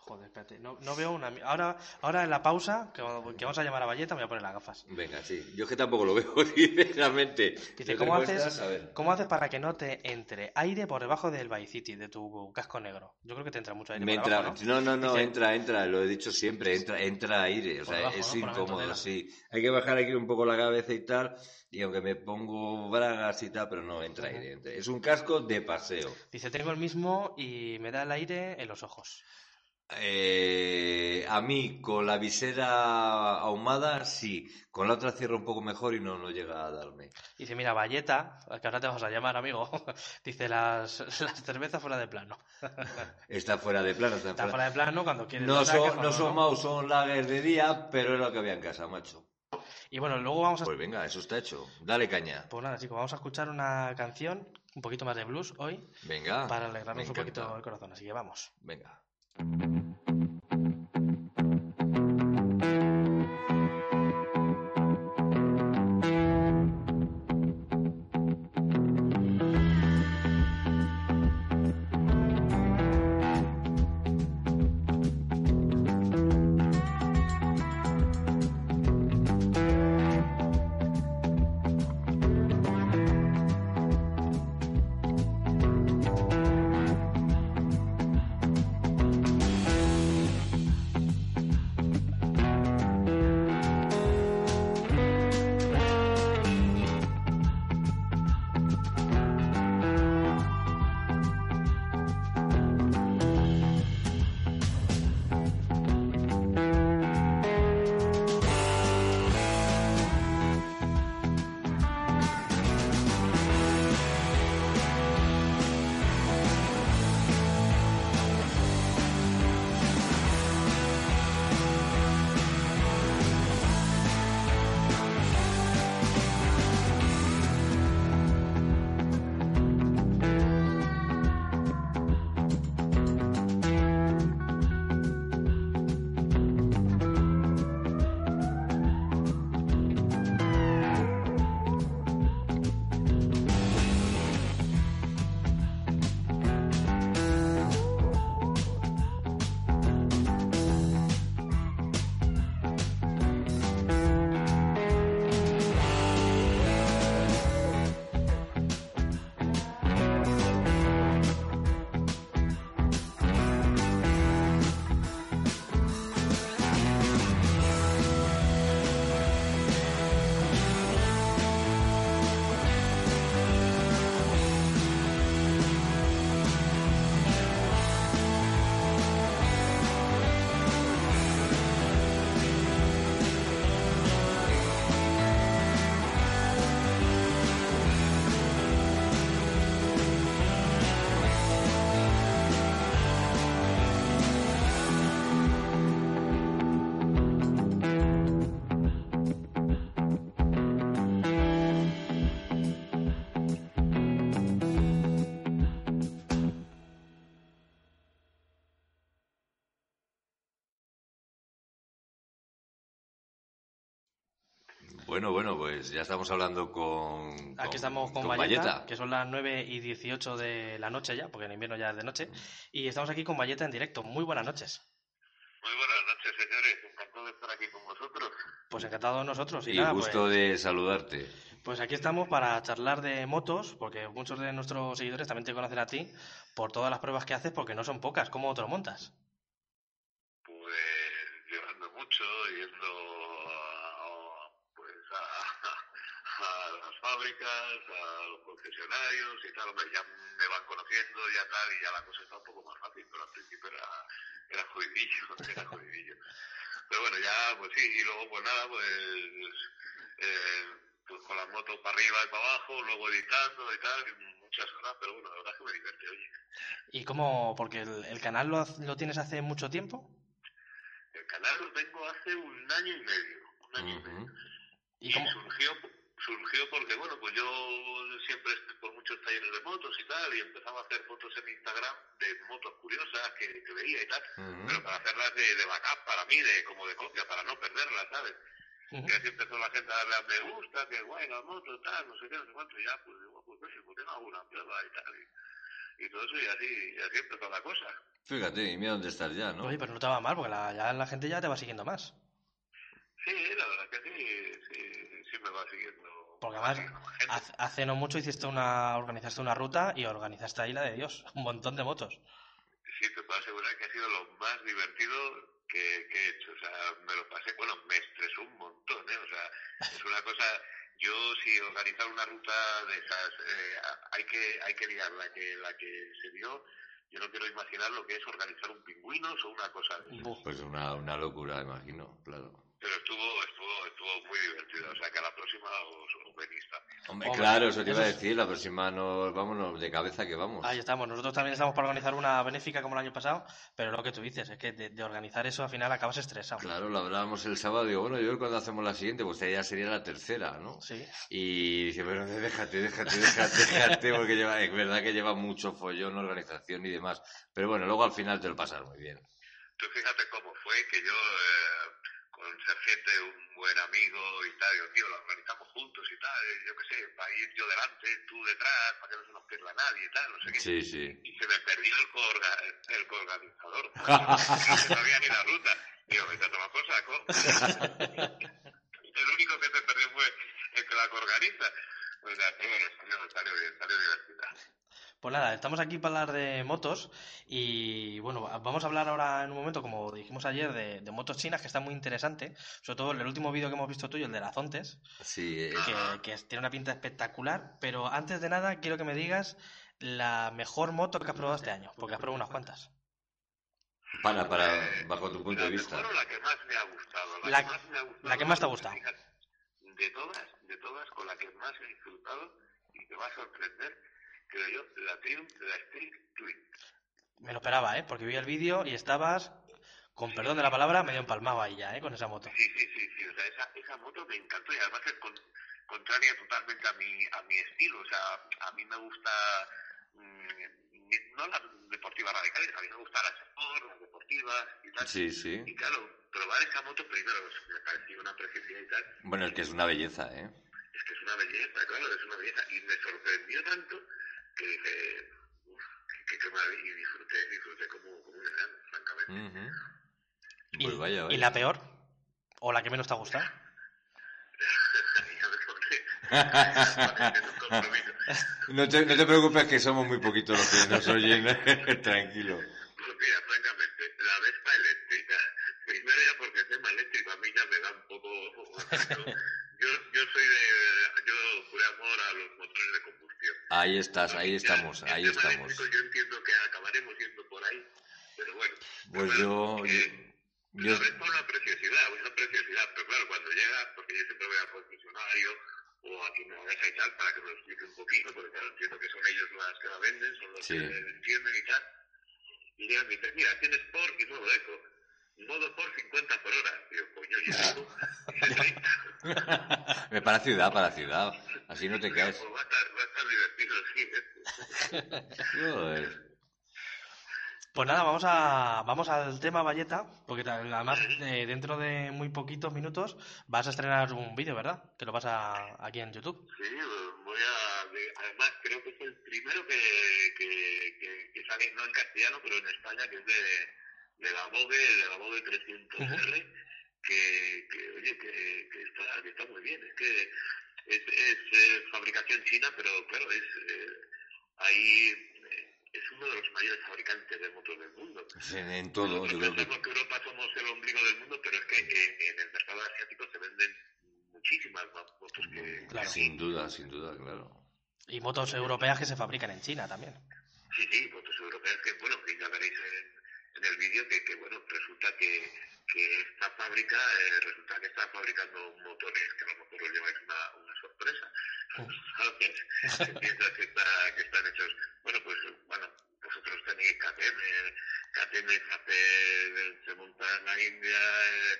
[SPEAKER 1] Joder, espérate, no, no veo una... mi- Ahora, ahora en la pausa, que, va- que vamos a llamar a Valleta, me voy a poner las gafas.
[SPEAKER 2] Venga, sí. Yo es que tampoco lo veo, sinceramente.
[SPEAKER 1] Dice,
[SPEAKER 2] Yo
[SPEAKER 1] ¿cómo
[SPEAKER 2] tengo
[SPEAKER 1] haces-
[SPEAKER 2] estas, A ver.
[SPEAKER 1] ¿Cómo haces para que no te entre aire por debajo del Vice City, de tu casco negro? Yo creo que te entra mucho aire
[SPEAKER 2] Me
[SPEAKER 1] por
[SPEAKER 2] entra-
[SPEAKER 1] abajo, ¿no?
[SPEAKER 2] no, no, no,
[SPEAKER 1] Dice-
[SPEAKER 2] entra, entra, lo he dicho siempre, entra, entra aire, o
[SPEAKER 1] Por
[SPEAKER 2] sea,
[SPEAKER 1] abajo,
[SPEAKER 2] es
[SPEAKER 1] ¿no? Por la
[SPEAKER 2] incómodo,
[SPEAKER 1] ventolera.
[SPEAKER 2] sí. Hay que bajar aquí un poco la cabeza y tal, y aunque me pongo bragas y tal, pero no, entra
[SPEAKER 1] Ujú.
[SPEAKER 2] aire, entra- Es un casco de paseo.
[SPEAKER 1] Dice, tengo el mismo y me da el aire en los ojos.
[SPEAKER 2] Eh, a mí, con la visera ahumada, sí, con la otra cierro un poco mejor y no, no llega a darme.
[SPEAKER 1] Dice, mira, Valleta, al que ahora te vamos a llamar, amigo. Dice, las, las cervezas fuera de plano.
[SPEAKER 2] Está fuera de plano, está
[SPEAKER 1] Está
[SPEAKER 2] fuera.
[SPEAKER 1] fuera de plano cuando quieres.
[SPEAKER 2] No
[SPEAKER 1] la sacas,
[SPEAKER 2] son,
[SPEAKER 1] cuando
[SPEAKER 2] no son Mau, son lagers de día, pero es lo que había en casa, macho.
[SPEAKER 1] Y bueno, luego vamos a...
[SPEAKER 2] Pues venga, eso está hecho. Dale caña.
[SPEAKER 1] Pues nada, chicos, vamos a escuchar una canción, un poquito más de blues hoy,
[SPEAKER 2] Venga.
[SPEAKER 1] para
[SPEAKER 2] Ah, me
[SPEAKER 1] alegrarnos un
[SPEAKER 2] encanta.
[SPEAKER 1] poquito el corazón. Así que vamos.
[SPEAKER 2] Venga. Bueno, bueno, pues ya estamos hablando con.
[SPEAKER 1] Aquí estamos con, Valleta, que son las 9 y 18 de la noche ya, porque en invierno ya es de noche. Y estamos aquí con Valleta en directo. Muy buenas noches.
[SPEAKER 3] Muy buenas noches, señores. Encantado de estar aquí con vosotros.
[SPEAKER 1] Pues encantados nosotros. Y,
[SPEAKER 2] Y
[SPEAKER 1] nada,
[SPEAKER 2] gusto
[SPEAKER 1] pues,
[SPEAKER 2] de saludarte.
[SPEAKER 1] pues aquí estamos para charlar de motos, porque muchos de nuestros seguidores también te conocen a ti por todas las pruebas que haces, porque no son pocas. ¿Cómo te lo montas?
[SPEAKER 3] Pues llorando mucho, yendo a, pues a, a las fábricas, a los concesionarios y tal. Hombre, ya me van conociendo, ya tal, y ya la cosa está un poco más fácil, pero al principio era, era jodidillo, era jodidillo. Pero bueno, ya, pues sí, y luego pues nada, pues, eh, pues con las motos para arriba y para abajo, luego editando y tal, y muchas horas, pero bueno, la verdad es que me divierte, oye.
[SPEAKER 1] ¿Y cómo? Porque el, el canal lo, haz- lo tienes hace mucho tiempo.
[SPEAKER 3] El canal lo tengo hace un año y medio. Un año y medio.
[SPEAKER 2] Ujú.
[SPEAKER 1] ¿Y cómo?
[SPEAKER 3] surgió, surgió porque, bueno, pues yo siempre estoy por muchos talleres de motos y tal, y empezaba a hacer fotos en Instagram de motos curiosas que, que veía y tal,
[SPEAKER 1] Mm.
[SPEAKER 2] Ujú.
[SPEAKER 3] pero para hacerlas de, de backup para mí, de como de copia, para no perderlas, ¿sabes?
[SPEAKER 1] Ujú.
[SPEAKER 3] Y así empezó la gente a darle a me gusta, que guay la moto, tal, no sé qué, no sé cuánto, y ya, pues digo, pues, oye, pues tengo alguna prueba y tal, y, y todo eso, y así, y así empezó la cosa.
[SPEAKER 2] Fíjate, y mira dónde estás ya, ¿no?
[SPEAKER 1] Oye, pero no te va mal, porque la, ya la gente ya te va siguiendo más.
[SPEAKER 3] Sí, la verdad que sí, sí, sí me va siguiendo.
[SPEAKER 1] Porque además,
[SPEAKER 3] siguiendo más gente.
[SPEAKER 1] Hace, hace no mucho hiciste una, organizaste una ruta y organizaste ahí la de Dios, un montón de motos.
[SPEAKER 3] Sí, te puedo asegurar que ha sido lo más divertido que, que he hecho. O sea, me lo pasé, bueno, me estresó un montón, ¿eh? O sea, es una cosa. Yo, si organizar una ruta de esas, eh, a- hay que hay que liar la que, la que se dio. Yo no quiero imaginar lo que es organizar un pingüinos o una cosa de esas.
[SPEAKER 1] Buf.
[SPEAKER 2] Pues una, una locura, imagino, claro.
[SPEAKER 3] Pero estuvo, estuvo, estuvo estuvo muy divertido. O sea, que a la próxima os, os venís también.
[SPEAKER 2] Hombre,
[SPEAKER 1] Hombre,
[SPEAKER 2] claro, eso te iba a
[SPEAKER 1] eso es-
[SPEAKER 2] decir, la próxima nos vámonos de cabeza que vamos.
[SPEAKER 1] Ahí estamos. Nosotros también estamos para organizar una benéfica como el año pasado, pero lo que tú dices es que de, de organizar eso al final acabas estresado.
[SPEAKER 2] Claro, lo hablábamos el sábado, digo, bueno, yo creo que cuando hacemos la siguiente, pues ya sería la tercera, ¿no?
[SPEAKER 1] Sí.
[SPEAKER 2] Y dice, pero déjate, déjate, déjate, déjate, porque lleva, es verdad que lleva mucho follón, organización y demás. Pero bueno, luego al final te lo pasas muy bien.
[SPEAKER 3] Tú fíjate cómo fue que yo eh, con Sergente, un buen amigo y tal, digo, tío, lo organizamos juntos y tal, eh, yo qué sé, para ir yo delante, tú detrás, para que no se nos pierda nadie y tal, no sé qué.
[SPEAKER 2] Sí, sí.
[SPEAKER 3] Y se me perdió el, coorga, el coorganizador. no sabía ni la ruta. Digo, vete a tomar por saco. el único que se perdió fue el que la coorganiza. O sea, que, bueno, salió, salió bien, salió divertida.
[SPEAKER 1] Pues nada, estamos aquí para hablar de motos y bueno, va- vamos a hablar ahora en un momento, como dijimos ayer, de, de motos chinas que está muy interesante, sobre todo el último vídeo que hemos visto tuyo, el de las Zontes,
[SPEAKER 2] Sí, eh,
[SPEAKER 1] que, que tiene una pinta espectacular, pero antes de nada quiero que me digas la mejor moto que has probado este año, porque has probado unas cuantas.
[SPEAKER 2] para, para, bajo tu punto
[SPEAKER 3] la
[SPEAKER 2] de vista.
[SPEAKER 3] mejor o la que más me ha gustado. La,
[SPEAKER 1] La-
[SPEAKER 3] que más me ha gustado.
[SPEAKER 1] la que más te ha gustado.
[SPEAKER 3] fíjate, De todas, de todas, con la que más he disfrutado y que va a sorprender, creo yo, la Triumph, la Street Twin.
[SPEAKER 1] Me lo esperaba, ¿eh? Porque vi el vídeo y estabas, con perdón de la palabra, medio empalmado ahí ya, ¿eh? Con esa moto.
[SPEAKER 3] Sí, sí, sí, sí. O sea, esa, esa moto me encantó y además es con- contraria totalmente a mi, a mi estilo. O sea, a mí me gusta, mm, ni- no las deportivas radicales, a mí me gustan las sport, las deportivas y tal.
[SPEAKER 2] Sí, sí.
[SPEAKER 3] Y claro, probar esa moto primero pues, me pareció una preciosidad y tal.
[SPEAKER 2] Bueno, es que es una belleza, ¿eh?
[SPEAKER 3] Es que es una belleza, claro, es una belleza. Y me sorprendió tanto que dije, uff, qué, qué maravilla. Y disfruté, disfruté como, como un enano, francamente.
[SPEAKER 2] Ujú.
[SPEAKER 1] ¿Y,
[SPEAKER 2] Pues vaya,
[SPEAKER 1] y
[SPEAKER 2] vaya.
[SPEAKER 1] la peor? ¿O la que menos te ha gustado?
[SPEAKER 2] Mm.
[SPEAKER 3] Y ya me conté. Parece un compromiso.
[SPEAKER 2] No te, no te preocupes que somos muy poquitos los que nos oyen, tranquilo.
[SPEAKER 3] Pues mira, francamente, la Vespa eléctrica, primero ya porque el tema eléctrico a mí ya me da un poco... Yo, yo soy de... Yo juré amor a los motores de combustión.
[SPEAKER 2] Ahí estás, ahí
[SPEAKER 3] Ya,
[SPEAKER 2] estamos,
[SPEAKER 3] el
[SPEAKER 2] ahí
[SPEAKER 3] tema
[SPEAKER 2] estamos.
[SPEAKER 3] eléctrico Yo entiendo que acabaremos yendo por ahí, pero bueno.
[SPEAKER 2] Pues yo,
[SPEAKER 3] Eh,
[SPEAKER 2] yo,
[SPEAKER 3] La Vespa es una preciosidad, una preciosidad, pero claro, cuando llega, porque yo siempre voy al concesionario o a quien me la deja y tal, para que me lo explique un poquito, porque claro, entiendo que son ellos las que la venden, son los
[SPEAKER 2] Sí.
[SPEAKER 3] que la entienden y tal. Y llegan y me dicen, mira, tienes por y modo eco. Modo por 50 por hora. Y yo, coño, yo tengo 60.
[SPEAKER 2] me eh, para ciudad, para ciudad. Así no te caes.
[SPEAKER 3] Pues va a estar, va a estar divertido, sí. ¿eh?
[SPEAKER 2] Joder.
[SPEAKER 1] Pues nada, vamos a, vamos al tema Valleta, porque ta- además eh, dentro de muy poquitos minutos vas a estrenar un vídeo, ¿verdad? Que lo vas a aquí en YouTube.
[SPEAKER 3] Sí, voy a. de- Además, creo que es el primero que, que, que, que sale, no en castellano, pero en España, que es de, de la Vogue, de la Vogue 300R, que, que oye, que, que, está, que está muy bien. Es que es, es, eh, fabricación china, pero claro, es. eh, ahí. eh, Es uno de los mayores fabricantes de motos del mundo.
[SPEAKER 2] pues En, en todo, yo creo que
[SPEAKER 3] Pensamos que Europa somos el ombligo del mundo, pero es que eh, en el mercado asiático se venden muchísimas más motos que,
[SPEAKER 1] Claro.
[SPEAKER 2] sin duda, sin duda, claro.
[SPEAKER 1] Y motos europeas que se fabrican en China también.
[SPEAKER 3] Sí, sí, votos europeos que, bueno, que ya veréis eh, en, en el vídeo que, que, bueno, resulta que, que esta fábrica, eh, resulta que está fabricando motores que a lo mejor os lleváis una, una sorpresa. ¿Sabes? Que piensas que, está- que están hechos. Bueno, pues, bueno, vosotros tenéis KTM, KTM, KTM se monta en la India eh,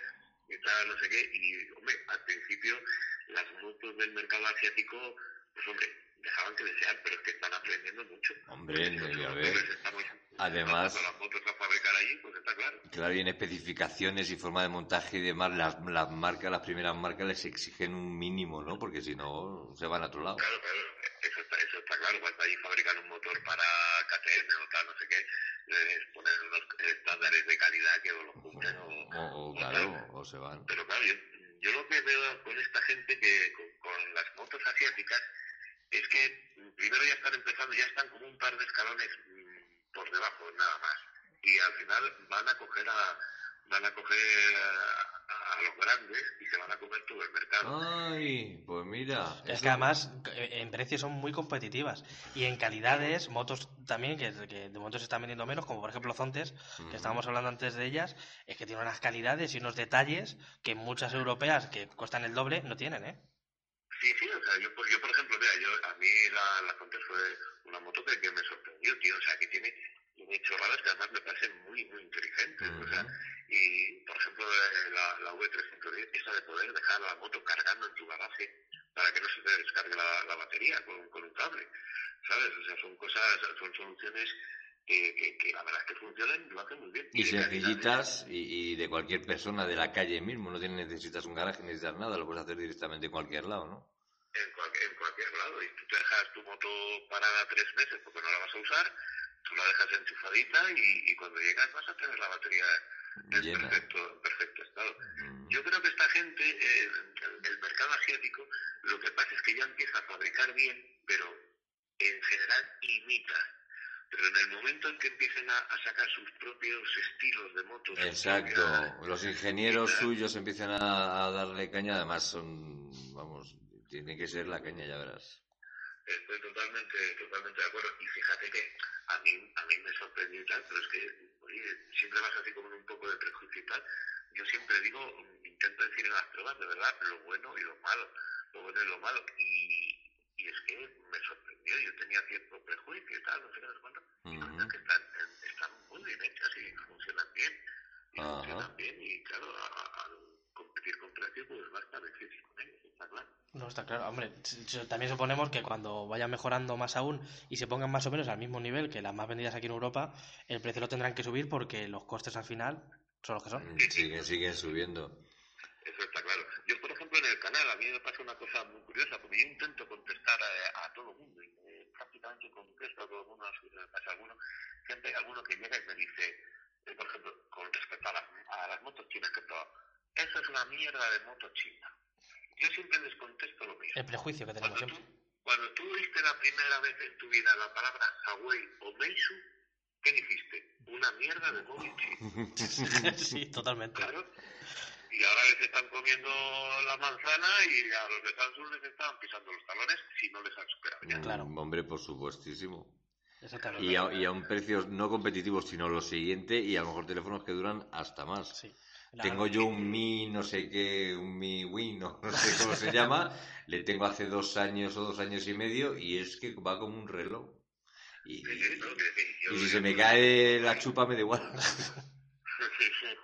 [SPEAKER 3] y tal, no sé qué. Y, hombre, al principio las motos del mercado asiático, pues, hombre, dejaban que desear, pero es que están aprendiendo mucho.
[SPEAKER 2] Hombre, debe haber.
[SPEAKER 3] Entonces, estamos-
[SPEAKER 2] Además-
[SPEAKER 3] estamos las motos a fabricar allí, pues está claro.
[SPEAKER 2] Claro, y en especificaciones y forma de montaje y demás, las, las marcas, las primeras marcas les exigen un mínimo, ¿no? Porque si no, se van a otro lado.
[SPEAKER 3] Claro, claro, eso está, eso está claro. Cuando allí fabrican un motor para KTM o tal, no sé qué, les ponen unos estándares de calidad que o los cumplen o...
[SPEAKER 2] O, o, claro, o se van.
[SPEAKER 3] Pero claro, yo, yo lo que veo con esta gente que con, con las motos asiáticas es que mm, primero ya están empezando, ya están como un par de escalones mm, por debajo, nada más. Y al final van a coger a van a coger a, a los grandes y se van a comer todo el
[SPEAKER 2] Ah.
[SPEAKER 3] mercado.
[SPEAKER 2] Ay, pues mira.
[SPEAKER 1] Es
[SPEAKER 2] eso-
[SPEAKER 1] que además eh, en precio son muy competitivas y en calidades, motos también que, que de momento se están vendiendo menos, como por ejemplo Zontes, que estábamos hablando antes de ellas, es que tiene unas calidades y unos detalles que muchas europeas que cuestan el doble no tienen, ¿eh?
[SPEAKER 3] Sí, sí, o sea, yo, por- yo por ejemplo, mira, yo, a mí la, la Conte fue una moto que, que me sorprendió, tío, o sea, que tiene, tiene chorradas que además me parecen muy, muy inteligentes, o sea, y por ejemplo, eh, la, la V310, esa de poder dejar la moto cargando en tu garaje para que no se te descargue la, la batería con, con un cable, ¿sabes? O sea, son cosas, son soluciones que, que, que la verdad es que funcionan y lo hacen muy bien.
[SPEAKER 2] Y
[SPEAKER 3] de calidad,
[SPEAKER 2] sencillitas y, y de cualquier persona de la calle mismo. No tiene, necesitas un garaje, necesitas nada, lo puedes hacer directamente en cualquier lado, ¿no?
[SPEAKER 3] en, cual- en cualquier lado y tú te dejas tu moto parada tres meses porque no la vas a usar, tú la dejas enchufadita y, y cuando llegas vas a tener la batería en
[SPEAKER 2] Llena.
[SPEAKER 3] perfecto, en perfecto estado.
[SPEAKER 2] Mm.
[SPEAKER 3] Yo creo que esta gente, eh, el- el mercado asiático, lo que pasa es que ya empieza a fabricar bien, pero en general imita. Pero en el momento en que empiecen a, a sacar sus propios estilos de motos, sus
[SPEAKER 2] Exacto.
[SPEAKER 3] propias-
[SPEAKER 2] Los ingenieros suyos empiezan a, a darle caña, además son, vamos, tiene que ser la caña, ya verás.
[SPEAKER 3] Estoy totalmente, totalmente de acuerdo. Y fíjate que a mí, a mí me sorprendió y tal, pero es que, oye, siempre vas así como en un poco de prejuicio y tal. Yo siempre digo, mm, intento decir en las pruebas, de verdad, lo bueno y lo malo, lo bueno y lo malo. Y, y es que me sorprendió, yo tenía cierto prejuicio y tal, no sé qué, no sé cuánto. Y
[SPEAKER 2] Ujú.
[SPEAKER 3] cosas que están, están muy bien hechas y funcionan bien. Y
[SPEAKER 2] Ajá.
[SPEAKER 3] funcionan bien, y claro, a- a- al competir con precios, pues va a estar difícil con ellos, está claro.
[SPEAKER 1] No, está claro. Hombre, s- s- también suponemos que cuando vayan mejorando más aún y se pongan más o menos al mismo nivel que las más vendidas aquí en Europa, el precio lo tendrán que subir porque los costes al final son los que son.
[SPEAKER 2] Siguen, siguen subiendo.
[SPEAKER 3] Eso está claro. Yo, por ejemplo, en el canal, a mí me pasa una cosa muy curiosa, porque yo intento contestar a, a todo el mundo, y eh, prácticamente contesto a todo el mundo, así que me pasa alguno. Siempre hay alguno que llega y me dice, eh, por ejemplo, con respecto a las, a las motos chinas que todo, eso es una mierda de moto china. Yo siempre les contesto lo mismo.
[SPEAKER 1] El prejuicio que Em, tenemos
[SPEAKER 3] Cuando
[SPEAKER 1] siempre.
[SPEAKER 3] tú, cuando tú oíste la primera vez en tu vida la palabra Huawei o Meizu, ¿qué dijiste? Una mierda de móvil chino.
[SPEAKER 1] Sí, totalmente.
[SPEAKER 3] Claro. Y ahora les están comiendo la manzana y a los de Samsung les están pisando los talones si no les han superado ya.
[SPEAKER 1] Claro.
[SPEAKER 2] Mm, Hombre, por supuestísimo.
[SPEAKER 1] Exactamente.
[SPEAKER 2] Y a, y a un precio no competitivo, sino lo siguiente, y a lo mejor teléfonos que duran hasta más.
[SPEAKER 1] Sí. La-
[SPEAKER 2] Tengo yo un Mi, no sé qué, un Mi Win, no, no sé cómo se llama, le tengo hace dos años o dos años y medio, y es que va como un reloj. Y,
[SPEAKER 3] Sí, sí, no, que sí, yo-
[SPEAKER 2] y si se me cae la chupa, me da igual.
[SPEAKER 3] Sí, sí,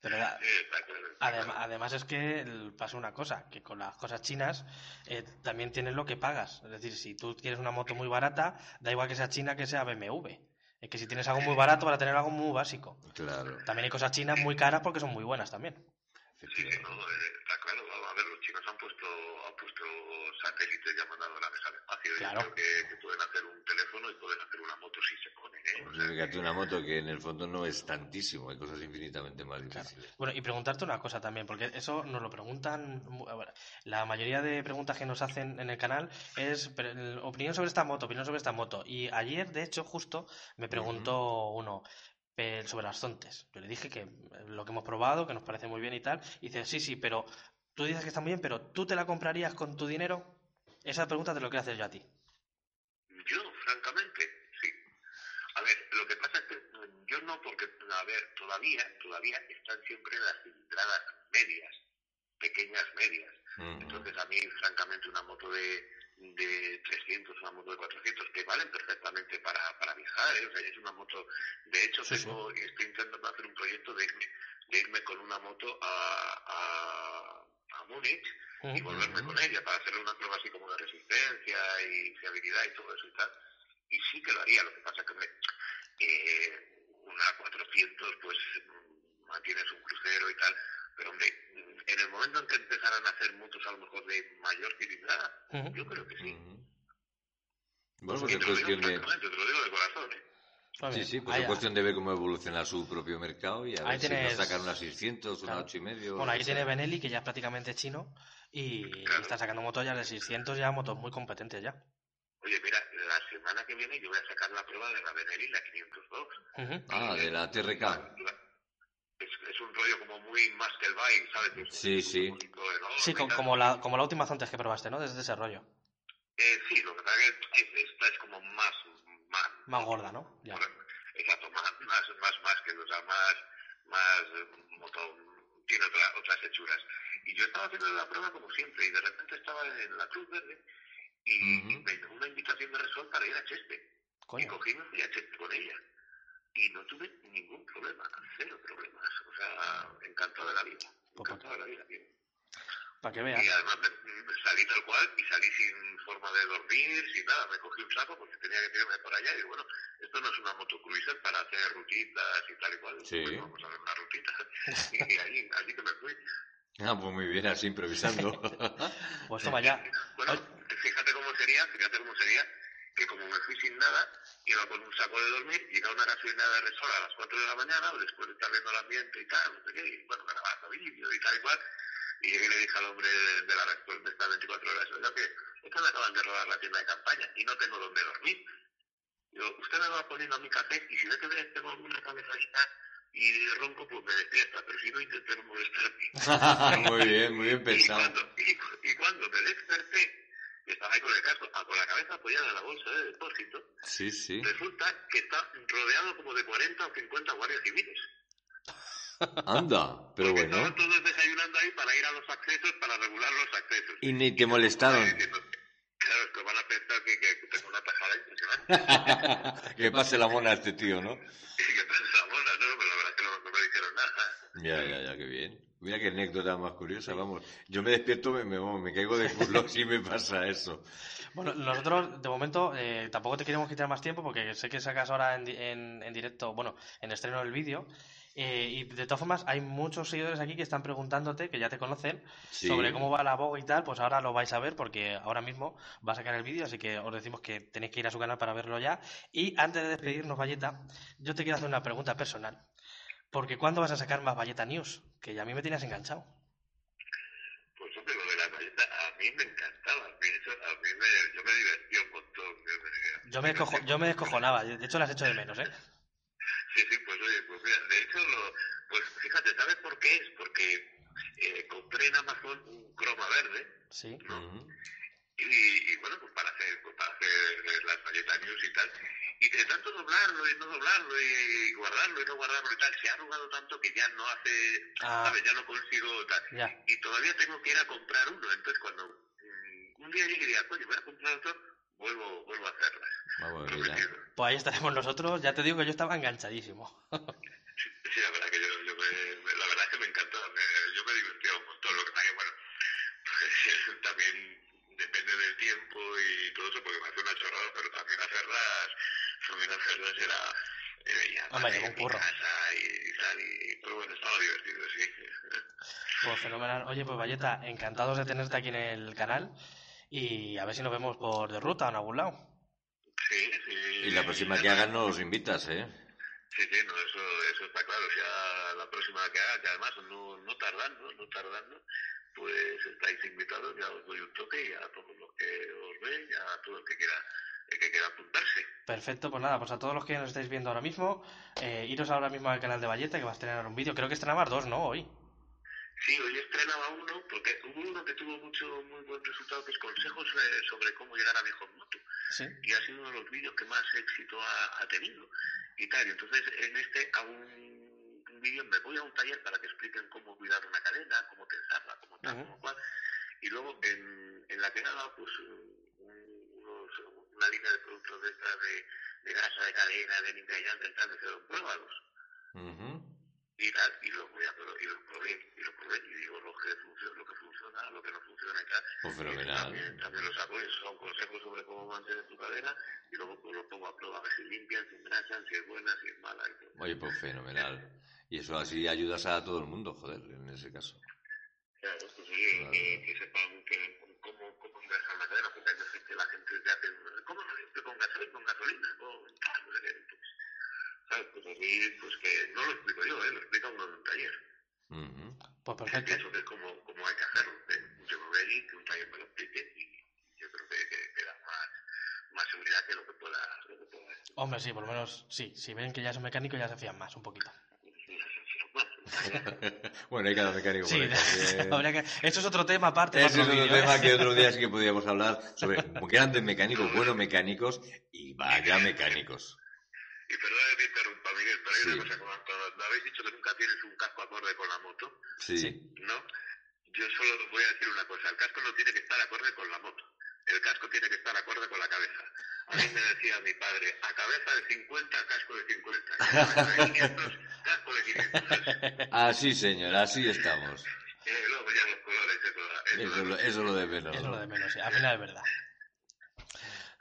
[SPEAKER 1] pero la-
[SPEAKER 3] está claro.
[SPEAKER 1] adem- además es que el- pasa una cosa, que con las cosas chinas eh, también tienes lo que pagas. Es decir, si tú quieres una moto muy barata, da igual que sea china que sea BMW. Es que si tienes algo muy barato, para tener algo muy básico.
[SPEAKER 2] Claro,
[SPEAKER 1] También hay cosas chinas muy caras porque son muy buenas también.
[SPEAKER 3] Sí, sí,
[SPEAKER 2] efectivamente.
[SPEAKER 3] no, eh, está claro. A ver, los chinos han puesto, han puesto satélites y han mandado naves al espacio. Yo
[SPEAKER 1] Claro.
[SPEAKER 3] creo que, que pueden hacer un teléfono y pueden hacer una moto si se ponen, ¿eh? O sea,
[SPEAKER 2] Fíjate una moto Pues que en el fondo no es tantísimo, hay cosas infinitamente más
[SPEAKER 1] Claro.
[SPEAKER 2] difíciles.
[SPEAKER 1] Bueno, y preguntarte una cosa también, porque eso nos lo preguntan, mu- a ver, la mayoría de preguntas que nos hacen en el canal es pero, el- opinión sobre esta moto, opinión sobre esta moto. Y ayer, de hecho, justo me preguntó uno eh, sobre las Zontes. Yo le dije que eh, lo que hemos probado, que nos parece muy bien y tal. Y dice, sí, sí, pero tú dices que está muy bien, pero ¿tú te la comprarías con tu dinero? Esa pregunta te lo quiero hacer yo a ti.
[SPEAKER 3] Yo, francamente, sí. A ver, lo que pasa es que mm, yo no, porque, a ver, todavía, todavía están siempre las cilindradas medias, pequeñas medias.
[SPEAKER 2] Ujú.
[SPEAKER 3] Entonces, a mí, francamente, una moto de, de 300, una moto de 400, que valen perfectamente para, para viajar, ¿eh? O sea, es una moto... De hecho,
[SPEAKER 1] Sí,
[SPEAKER 3] tengo- estoy intentando hacer un proyecto de irme, de irme con una moto a, a, a Múnich y
[SPEAKER 1] Ujú.
[SPEAKER 3] volverme con ella para hacerle una prueba así como de resistencia y fiabilidad y todo eso y tal. Y sí que lo haría, lo que pasa que me, eh, una 400 pues mm, mantienes un crucero y tal, pero hombre, mm, en el momento en que empezaran a hacer motos a lo mejor de mayor cilindrada,
[SPEAKER 1] Ujú.
[SPEAKER 3] yo creo que sí.
[SPEAKER 2] Ujú. Bueno, pues
[SPEAKER 3] Y
[SPEAKER 2] es
[SPEAKER 3] te lo digo
[SPEAKER 2] cuestión de...
[SPEAKER 3] francamente, te lo digo de corazón, ¿eh?
[SPEAKER 1] Muy
[SPEAKER 2] Sí,
[SPEAKER 1] bien.
[SPEAKER 2] sí, pues
[SPEAKER 1] Ahí-
[SPEAKER 2] es cuestión de ver cómo evoluciona su propio mercado y a
[SPEAKER 1] Ahí
[SPEAKER 2] ver si
[SPEAKER 1] tienes-
[SPEAKER 2] nos sacan una 600, una
[SPEAKER 1] Claro.
[SPEAKER 2] 8 y medio.
[SPEAKER 1] Bueno, ahí tiene
[SPEAKER 2] tiene
[SPEAKER 1] Benelli, que ya es prácticamente chino, y
[SPEAKER 3] Claro.
[SPEAKER 1] está sacando motos ya de 600, ya motos muy competentes ya.
[SPEAKER 3] Oye, mira, la semana que viene yo voy a sacar la prueba de la Benelli, la 502.
[SPEAKER 1] Ujú.
[SPEAKER 2] Ah, de la TRK.
[SPEAKER 3] Es, es un rollo como muy Master Bike, ¿sabes? Es un-
[SPEAKER 2] Sí, sí.
[SPEAKER 3] un poquito enorme
[SPEAKER 1] Sí,
[SPEAKER 3] y
[SPEAKER 1] co-
[SPEAKER 3] tal.
[SPEAKER 1] como la, como la última antes que probaste, ¿no? Desde ese rollo.
[SPEAKER 3] Eh, sí, lo que pasa es que esta es como más, más,
[SPEAKER 1] Más gorda, ¿no? Ya.
[SPEAKER 3] Exacto, más, más, más, más que, o sea, más, más, eh, moto- tiene otra- otras hechuras. Y yo estaba haciendo la prueba como siempre, y de repente estaba en la Cruz Verde, y
[SPEAKER 2] Ujú.
[SPEAKER 3] me llegó una invitación de Resol para ir a Cheste. Y
[SPEAKER 1] Coño.
[SPEAKER 3] cogí y me fui a Cheste con ella. Y no tuve ningún problema, cero problemas. O sea, encantado de la vida.
[SPEAKER 1] Opa.
[SPEAKER 3] Encantado de la vida, tío.
[SPEAKER 1] Para que
[SPEAKER 3] Y
[SPEAKER 1] veas.
[SPEAKER 3] además me- me salí tal cual y salí sin forma de dormir, sin nada. Me cogí un saco porque tenía que tirarme para allá. Y digo, bueno, esto no es una motocruiser para hacer rutitas y tal y cual.
[SPEAKER 2] Sí.
[SPEAKER 3] Bueno, vamos a ver una rutita. y allí, allí que me fui.
[SPEAKER 2] Ah, pues muy bien, así improvisando.
[SPEAKER 1] Pues toma ya.
[SPEAKER 3] Bueno, fíjate cómo sería, fíjate cómo sería que como me fui sin nada, iba con un saco de dormir, llega una gasolinera de Resol a las 4 de la mañana, después de estar viendo el ambiente y tal, no sé qué, y bueno, grabando vídeo y tal y cual, y llegué y le dije al hombre de, de la Resol de estas 24 horas, oiga, que es que me acaban de robar la tienda de campaña y no tengo dónde dormir. Digo, usted me va poniendo a mi café y si ve que tengo alguna cabezadita y ronco, pues me despierta, pero si no intenté no molestarme.
[SPEAKER 2] muy bien, muy bien
[SPEAKER 3] Y
[SPEAKER 2] pensado.
[SPEAKER 3] cuando, y, y cuando me desperté, que estaba ahí con, el casco, ah, con la cabeza apoyada en la bolsa de depósito,
[SPEAKER 2] Sí, sí.
[SPEAKER 3] resulta que está rodeado como de 40 o 50 guardias civiles.
[SPEAKER 2] Anda, pero
[SPEAKER 3] Porque
[SPEAKER 2] bueno.
[SPEAKER 3] Estaban todos desayunando ahí para ir a los accesos, para regular los accesos.
[SPEAKER 2] Y ni te molestaron.
[SPEAKER 3] Diciendo, Claro, es que van a pensar que, que tengo una tajada impresionante.
[SPEAKER 2] que pase la mona a este tío, ¿no?
[SPEAKER 3] Y que pensamos, no, pero la verdad es que no, no me dijeron nada.
[SPEAKER 2] Ya, ya, ya, qué bien. Mira qué anécdota más curiosa, vamos. Yo me despierto, me, me, vamos, me caigo de culo si me pasa eso.
[SPEAKER 1] Bueno, nosotros de momento eh, tampoco te queremos quitar más tiempo porque sé que sacas ahora en, di- en- en directo, bueno, en estreno del vídeo. eh, y de todas formas, hay muchos seguidores aquí que están preguntándote, que ya te conocen,
[SPEAKER 2] Sí.
[SPEAKER 1] sobre cómo va la boga y tal. Pues ahora lo vais a ver porque ahora mismo va a sacar el vídeo, así que os decimos que tenéis que ir a su canal para verlo ya. Y antes de despedirnos, Valleta, yo te quiero hacer una pregunta personal. Porque ¿cuándo vas a sacar más Valleta News? Que ya a mí me tienes enganchado.
[SPEAKER 3] Pues hombre, lo de la maleta a mí me encantaba. A mí, eso, a mí me, yo me divertía un montón. Yo me,
[SPEAKER 1] Yo me, descojo- yo me descojonaba, de hecho las echo de menos, ¿eh?
[SPEAKER 3] Sí, sí, pues oye, pues mira, de hecho, lo, pues fíjate, ¿sabes por qué es? Porque eh, compré en Amazon un croma verde
[SPEAKER 1] Sí.
[SPEAKER 2] Ujú.
[SPEAKER 3] y, y, bueno, pues para hacer, pues para hacer eh, las galletas news y tal. Y de tanto doblarlo y no doblarlo y guardarlo y no guardarlo y tal, se ha arrugado tanto que ya no hace,
[SPEAKER 1] Ah.
[SPEAKER 3] ¿sabes? Ya no consigo tal.
[SPEAKER 1] Ya.
[SPEAKER 3] Y todavía tengo que ir a comprar uno. Entonces cuando mm, un día llegue y diga, coño, voy a comprar otro, vuelvo, vuelvo a hacerlas.
[SPEAKER 2] Vamos, mira.
[SPEAKER 3] Prometido.
[SPEAKER 1] Pues ahí estaremos nosotros. Ya te digo que yo estaba enganchadísimo.
[SPEAKER 3] Sí, la verdad que yo, yo me, me- la verdad es que me encantó, me- yo me divertía un montón, lo que pasa que bueno, pues, también depende del tiempo y todo eso, porque me hace una chorrada, pero también hacerlas, también hacerlas era, eh, era ya
[SPEAKER 1] Hombre,
[SPEAKER 3] también
[SPEAKER 1] era un
[SPEAKER 3] en mi
[SPEAKER 1] curro.
[SPEAKER 3] casa y, y tal, y, pero bueno, estaba divertido, sí.
[SPEAKER 1] Pues fenomenal. Oye, pues Valleta, encantados de tenerte aquí en el canal. Y a ver si nos vemos por de ruta o en algún lado.
[SPEAKER 3] Sí, sí.
[SPEAKER 2] Y la próxima que hagas nos invitas, ¿eh?
[SPEAKER 3] Sí, sí, no, eso, eso está claro. Ya la próxima que haga, que además no, no tardando, no tardando, pues estáis invitados, ya os doy un toque y a todos los que os ven, y a todo el que quiera, el que quiera apuntarse.
[SPEAKER 1] Perfecto, pues nada, pues a todos los que nos estáis viendo ahora mismo, eh, iros ahora mismo al canal de Valleta que vas a estrenar un vídeo. Creo que estrenabas dos, ¿no? Hoy.
[SPEAKER 3] Sí, hoy estrenaba uno, porque hubo uno que tuvo mucho, muy buen resultado, que es consejos eh, sobre cómo llegar a viejo en moto.
[SPEAKER 1] Sí.
[SPEAKER 3] y ha sido uno de los vídeos que más éxito ha, ha tenido y tal. Y Entonces, en este a un, un vídeo me voy a un taller para que expliquen cómo cuidar una cadena, cómo tensarla, cómo tal,
[SPEAKER 1] Ujú.
[SPEAKER 3] cómo cual. Y luego en, en la quedada, pues un- unos, una línea de productos de esta de, de grasa de cadena, de limpia y tal, me dijeron, pruébalos.
[SPEAKER 2] Ujú.
[SPEAKER 3] Y tal, y los voy a pro- y los probé, y los probé, y digo lo que funciona, lo que funciona, lo que no funciona y tal.
[SPEAKER 2] Pues
[SPEAKER 3] También,
[SPEAKER 2] fenomenal.
[SPEAKER 3] también los apoyos son consejos sobre cómo mantener tu cadena y luego pues, lo pongo a prueba, a ver si limpian, si engrasan, si es buena, si es mala. y todo.
[SPEAKER 2] Oye, pues fenomenal. Y eso así ayudas a todo el mundo, joder, en ese caso.
[SPEAKER 3] Claro, pues oye,
[SPEAKER 2] Claro.
[SPEAKER 3] que, que sepan que, cómo, cómo engrasar la cadena, porque hay veces que la gente te hace, ¿cómo se limpia con gasolina? Con gasolina, con tal, no sé qué. Pues, ¿sabes? Pues así, pues que no lo explico yo, ¿eh? lo explica uno en un taller.
[SPEAKER 2] Ujú.
[SPEAKER 1] Pues
[SPEAKER 3] Yo
[SPEAKER 1] perfecto.
[SPEAKER 3] pienso que es como, como hay que hacerlo. ¿eh? Yo me voy allí, que un taller me lo explique y yo creo que, que, que da más, más seguridad que lo que pueda, lo que pueda decir.
[SPEAKER 1] Hombre, sí, por lo menos sí. Si ven que ya es un mecánico, ya se fían más, un poquito.
[SPEAKER 2] Bueno, hay cada mecánico.
[SPEAKER 1] Sí,
[SPEAKER 2] por ahí también.
[SPEAKER 1] habría que... Esto es otro tema aparte. para
[SPEAKER 2] Ese es
[SPEAKER 1] otro
[SPEAKER 2] otro
[SPEAKER 1] vídeo, ¿eh?
[SPEAKER 2] tema que otro día sí que podríamos hablar sobre grandes mecánicos, buenos mecánicos y vaya mecánicos.
[SPEAKER 3] Y perdona que te interrumpa, Miguel, pero hay
[SPEAKER 2] Sí.
[SPEAKER 3] una cosa con Antonio. Habéis dicho que nunca tienes un casco acorde con la moto,
[SPEAKER 2] Sí.
[SPEAKER 1] Sí.
[SPEAKER 3] ¿no? Yo solo os voy a decir una cosa. El casco no tiene que estar acorde con la moto. El casco tiene que estar acorde con la cabeza. A mí me decía mi padre, a cabeza de 50, casco de 50. A cabeza de 500, casco de 500.
[SPEAKER 2] Así, señor, así estamos.
[SPEAKER 3] Eh, luego ya los colores, eso, eso,
[SPEAKER 2] Eso, es lo- eso es lo de menos.
[SPEAKER 1] Es lo de menos, sí, al final es verdad.